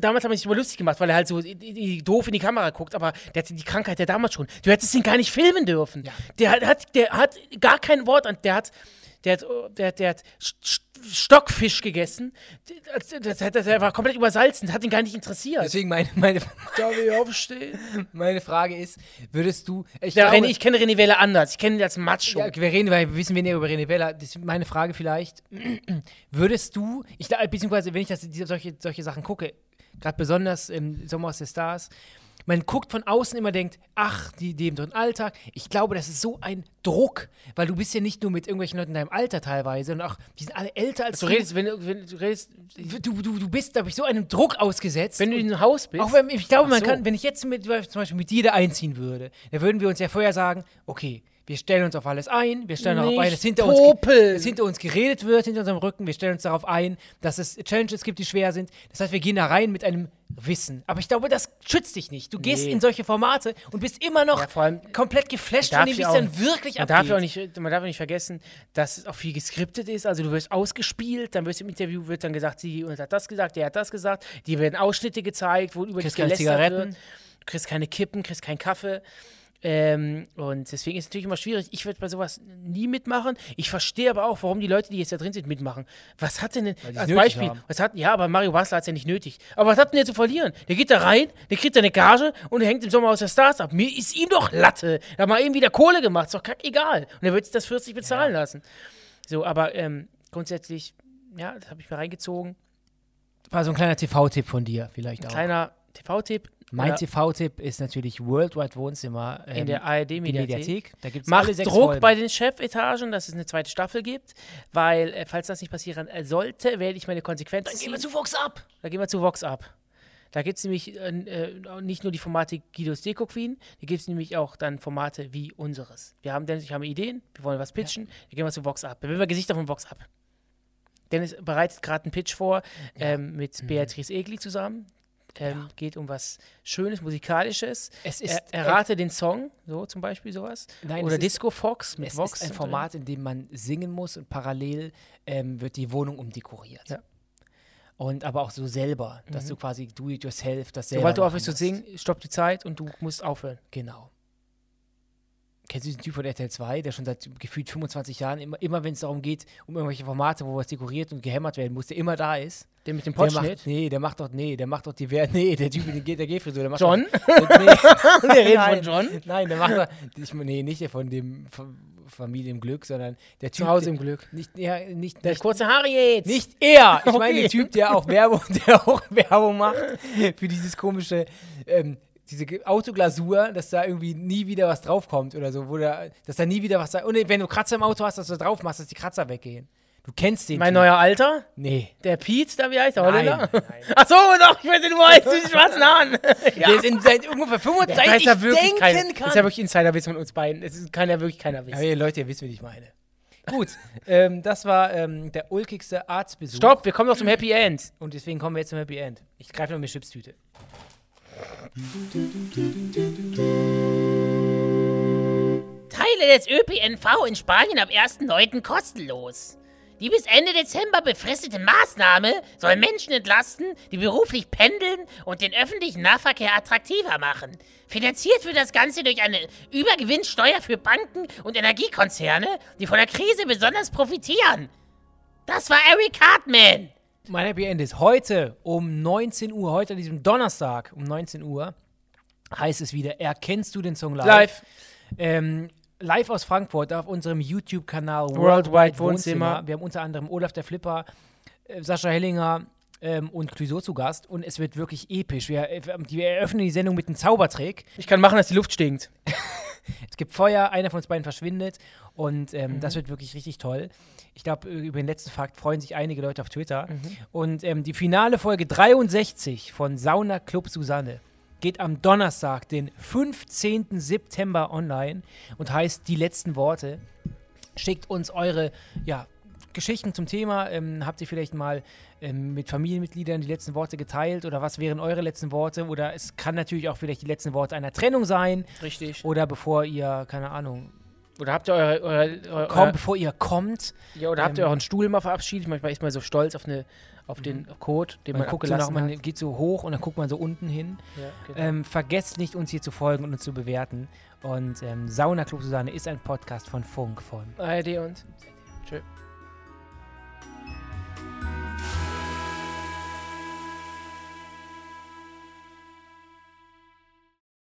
S2: Damals haben wir sich über lustig gemacht, weil er halt so i- i- i- doof in die Kamera guckt, aber der hatte die Krankheit ja damals schon. Du hättest ihn gar nicht filmen dürfen. Der hat- hat, der hat gar kein Wort an. Der hat, der hat, oh, der, hat- der hat Sch- Sch- Stockfisch gegessen. Das, das, das, das war komplett übersalzen, das hat ihn gar nicht interessiert.
S3: Deswegen meine, meine,
S2: Darf ich aufstehen?
S3: meine Frage ist, würdest du... Ich,
S2: Der
S3: glaube-
S2: René, ich kenne René Welle anders. Ich kenne ihn als Macho.
S3: Ja, wir reden, weil wir wissen weniger über René Vella. Das ist meine Frage vielleicht. Würdest du, ich glaub, beziehungsweise wenn ich das, diese, solche, solche Sachen gucke, gerade besonders im Sommer aus der Stars, man guckt von außen immer denkt, ach, die leben doch im Alltag. Ich glaube, das ist so ein Druck, weil du bist ja nicht nur mit irgendwelchen Leuten in deinem Alter teilweise, sondern auch, die sind alle älter als
S2: Also du redest, wenn, du- wenn du redest,
S3: Du, du, du bist, glaube ich, so einem Druck ausgesetzt.
S2: wenn du in einem Haus bist.
S3: Auch wenn ich glaube,
S2: Ach
S3: man
S2: so.
S3: kann, wenn ich jetzt mit, zum Beispiel mit dir da einziehen würde, dann würden wir uns ja vorher sagen, okay, wir stellen uns auf alles ein, wir stellen darauf ein,
S2: Nicht
S3: dass hinter, uns, ge-
S2: popeln.
S3: dass hinter uns geredet wird, hinter unserem Rücken, wir stellen uns darauf ein, dass es Challenges gibt, die schwer sind. Das heißt, wir gehen da rein mit einem Wissen. Aber ich glaube, das schützt dich nicht. Du gehst
S2: Nee.
S3: in solche Formate und bist immer noch
S2: Ja, vor allem-
S3: komplett geflasht
S2: Man darf
S3: von dem, wie
S2: ja
S3: es
S2: auch-
S3: dann wirklich
S2: Man
S3: abgeht.
S2: darf, ja auch nicht, man darf ja nicht vergessen, dass es auch viel geskriptet ist. Also du wirst ausgespielt, dann wirst du im Interview wird dann gesagt, sie und hat das gesagt, der hat das gesagt. Die werden Ausschnitte gezeigt, wo über
S3: Kriegst
S2: dich
S3: keine
S2: gelästert
S3: Zigaretten.
S2: wird. Du kriegst keine Kippen, kriegst keinen Kaffee. Ähm, und deswegen ist es natürlich immer schwierig. Ich würde bei sowas nie mitmachen. Ich verstehe aber auch, warum die Leute, die jetzt da drin sind, mitmachen. Was hat denn,
S3: die's
S2: denn als
S3: nötig
S2: Beispiel,
S3: haben.
S2: was hat, ja, aber Mario Basler hat es ja nicht nötig. Aber was hat denn der zu verlieren? Der geht da rein, der kriegt seine Gage und der hängt im Sommer aus der Stars ab. Mir ist ihm doch Latte. Da hat mal eben wieder Kohle gemacht, ist doch kackegal. Und er wird sich das 40 bezahlen lassen. So, aber ähm, grundsätzlich, ja, das habe ich mir reingezogen.
S3: War so ein kleiner TV-Tipp von dir vielleicht auch.
S2: Kleiner TV-Tipp.
S3: mein
S2: Oder
S3: TV-Tipp ist natürlich Worldwide Wohnzimmer ähm,
S2: in der
S3: die
S2: ARD-Mediathek.
S3: Mediathek. Da gibt's alle
S2: Macht
S3: sechs
S2: Druck
S3: Folgen.
S2: bei den Chefetagen, dass es eine zweite Staffel gibt, weil, äh, falls das nicht passieren äh, sollte, werde ich meine Konsequenzen
S3: Dann
S2: ziehen.
S3: gehen wir zu Vox ab.
S2: Da gehen wir zu Vox ab. Da gibt es nämlich äh, äh, nicht nur die Formate Guidos Deko Queen, da gibt es nämlich auch dann Formate wie unseres. Wir haben Dennis, ich habe Ideen, wir wollen was pitchen, da gehen wir zu Vox ab. Da werden wir Gesichter von Vox ab. Dennis bereitet gerade einen Pitch vor ähm,
S3: Mhm.
S2: mit Beatrice Egli zusammen. Ähm, Geht um was Schönes, Musikalisches.
S3: Es ist, äh,
S2: Er, errate den Song, so zum Beispiel sowas.
S3: Nein,
S2: Oder
S3: es ist-
S2: Disco Fox mit
S3: es
S2: Vox.
S3: ist ein
S2: und-
S3: Format, in dem man singen muss und parallel ähm, wird die Wohnung umdekoriert.
S2: Ja. Mhm.
S3: Und aber auch so selber, dass du quasi do it yourself, das selber
S2: Sobald du
S3: machen
S2: aufhörst zu
S3: musst.
S2: singen, stoppt die Zeit und du musst aufhören.
S3: Genau. Kennst du diesen Typ von RTL 2, der schon seit gefühlt 25 Jahren, immer, immer wenn es darum geht, um irgendwelche Formate, wo was dekoriert und gehämmert werden muss, der immer da ist?
S2: Der mit dem
S3: Der
S2: Potschnitt.
S3: macht, nee, der macht doch, nee, der macht doch die, Wer- nee, der Typ mit der, der Gehfrisur, der macht doch-
S2: John?
S3: Nee, wir reden
S2: Nein.
S3: von John. Nein, der macht doch, ich, nee, nicht der von dem Fa- Familie im Glück, sondern der Typ.
S2: Zu Hause
S3: der-
S2: im Glück.
S3: Nicht, ja, nicht,
S2: Der
S3: nicht,
S2: kurze Haare jetzt.
S3: nicht er. Ich meine,
S2: Okay.
S3: der Typ, der auch Werbung, der auch Werbung macht für dieses komische, ähm, diese Ge- Autoglasur, dass da irgendwie nie wieder was draufkommt oder so, wo da, dass da nie wieder was da. Und wenn du Kratzer im Auto hast, dass du da drauf machst, dass die Kratzer weggehen. Du kennst den.
S2: Mein
S3: Typ.
S2: neuer Alter?
S3: Nee.
S2: Der Pete, da wie heißt der
S3: Nein,
S2: Holländer? Ach so, doch, ich weiß, du meinst mit den schwarzen Haaren. Ja.
S3: Wir sind seit ungefähr 25
S2: Da ist ja wirklich
S3: denken
S2: keiner. Das
S3: kann.
S2: ist ja wirklich Insiderwitz von uns beiden. Es ist keiner, wirklich keiner
S3: Ja,
S2: Witz.
S3: ihr Leute, ihr wisst, wie ich meine. Gut, ähm, das war ähm, der ulkigste Arztbesuch.
S2: Stopp, wir kommen doch zum Happy End.
S3: Und deswegen kommen wir jetzt zum Happy End. Ich greife noch meine Chipstüte.
S5: Teile des ÖPNV in Spanien ab 1.9. kostenlos. Die bis Ende Dezember befristete Maßnahme soll Menschen entlasten, die beruflich pendeln und den öffentlichen Nahverkehr attraktiver machen. Finanziert wird das Ganze durch eine Übergewinnsteuer für Banken und Energiekonzerne, die von der Krise besonders profitieren. Das war Eric Hartman.
S3: Mein Happy End ist heute um 19 Uhr, heute an diesem Donnerstag um 19 Uhr, heißt es wieder, erkennst du den Song live?
S2: Live.
S3: Ähm, live aus Frankfurt auf unserem YouTube-Kanal
S2: Worldwide Wohnzimmer.
S3: Wir haben unter anderem Olaf der Flipper, äh, Sascha Hellinger ähm, und Clouseau zu Gast. Und es wird wirklich episch. Wir, äh, wir eröffnen die Sendung mit einem Zaubertrick.
S2: Ich kann machen, dass die Luft stinkt.
S3: Es gibt Feuer, einer von uns beiden verschwindet und ähm, das wird wirklich richtig toll. Ich glaube, über den letzten Fakt freuen sich einige Leute auf Twitter. Und ähm, die finale Folge 63 von Sauna Club Susanne geht am Donnerstag, den 15. September online und heißt Die letzten Worte. Schickt uns eure ja, Geschichten zum Thema. Ähm, habt ihr vielleicht mal ähm, mit Familienmitgliedern die letzten Worte geteilt oder was wären eure letzten Worte? Oder es kann natürlich auch vielleicht die letzten Worte einer Trennung sein.
S2: Richtig.
S3: Oder bevor ihr, keine Ahnung,
S2: Oder habt ihr eure, eure, eure,
S3: kommt, bevor ihr kommt,
S2: ja, oder habt ihr
S3: ähm,
S2: euren Stuhl mal verabschiedet? Manchmal ist man so stolz auf, eine, auf den Code, den
S3: Mhm. man,
S2: man,
S3: guckt so nach,
S2: abgelassen
S3: man
S2: hat.
S3: geht so hoch und dann guckt man so unten hin.
S2: Ja, genau.
S3: Ähm, vergesst nicht, uns hier zu folgen und uns zu bewerten.
S2: Äh,
S3: Und ähm, Sauna Club Susanne ist ein Podcast von Funk von
S2: ARD und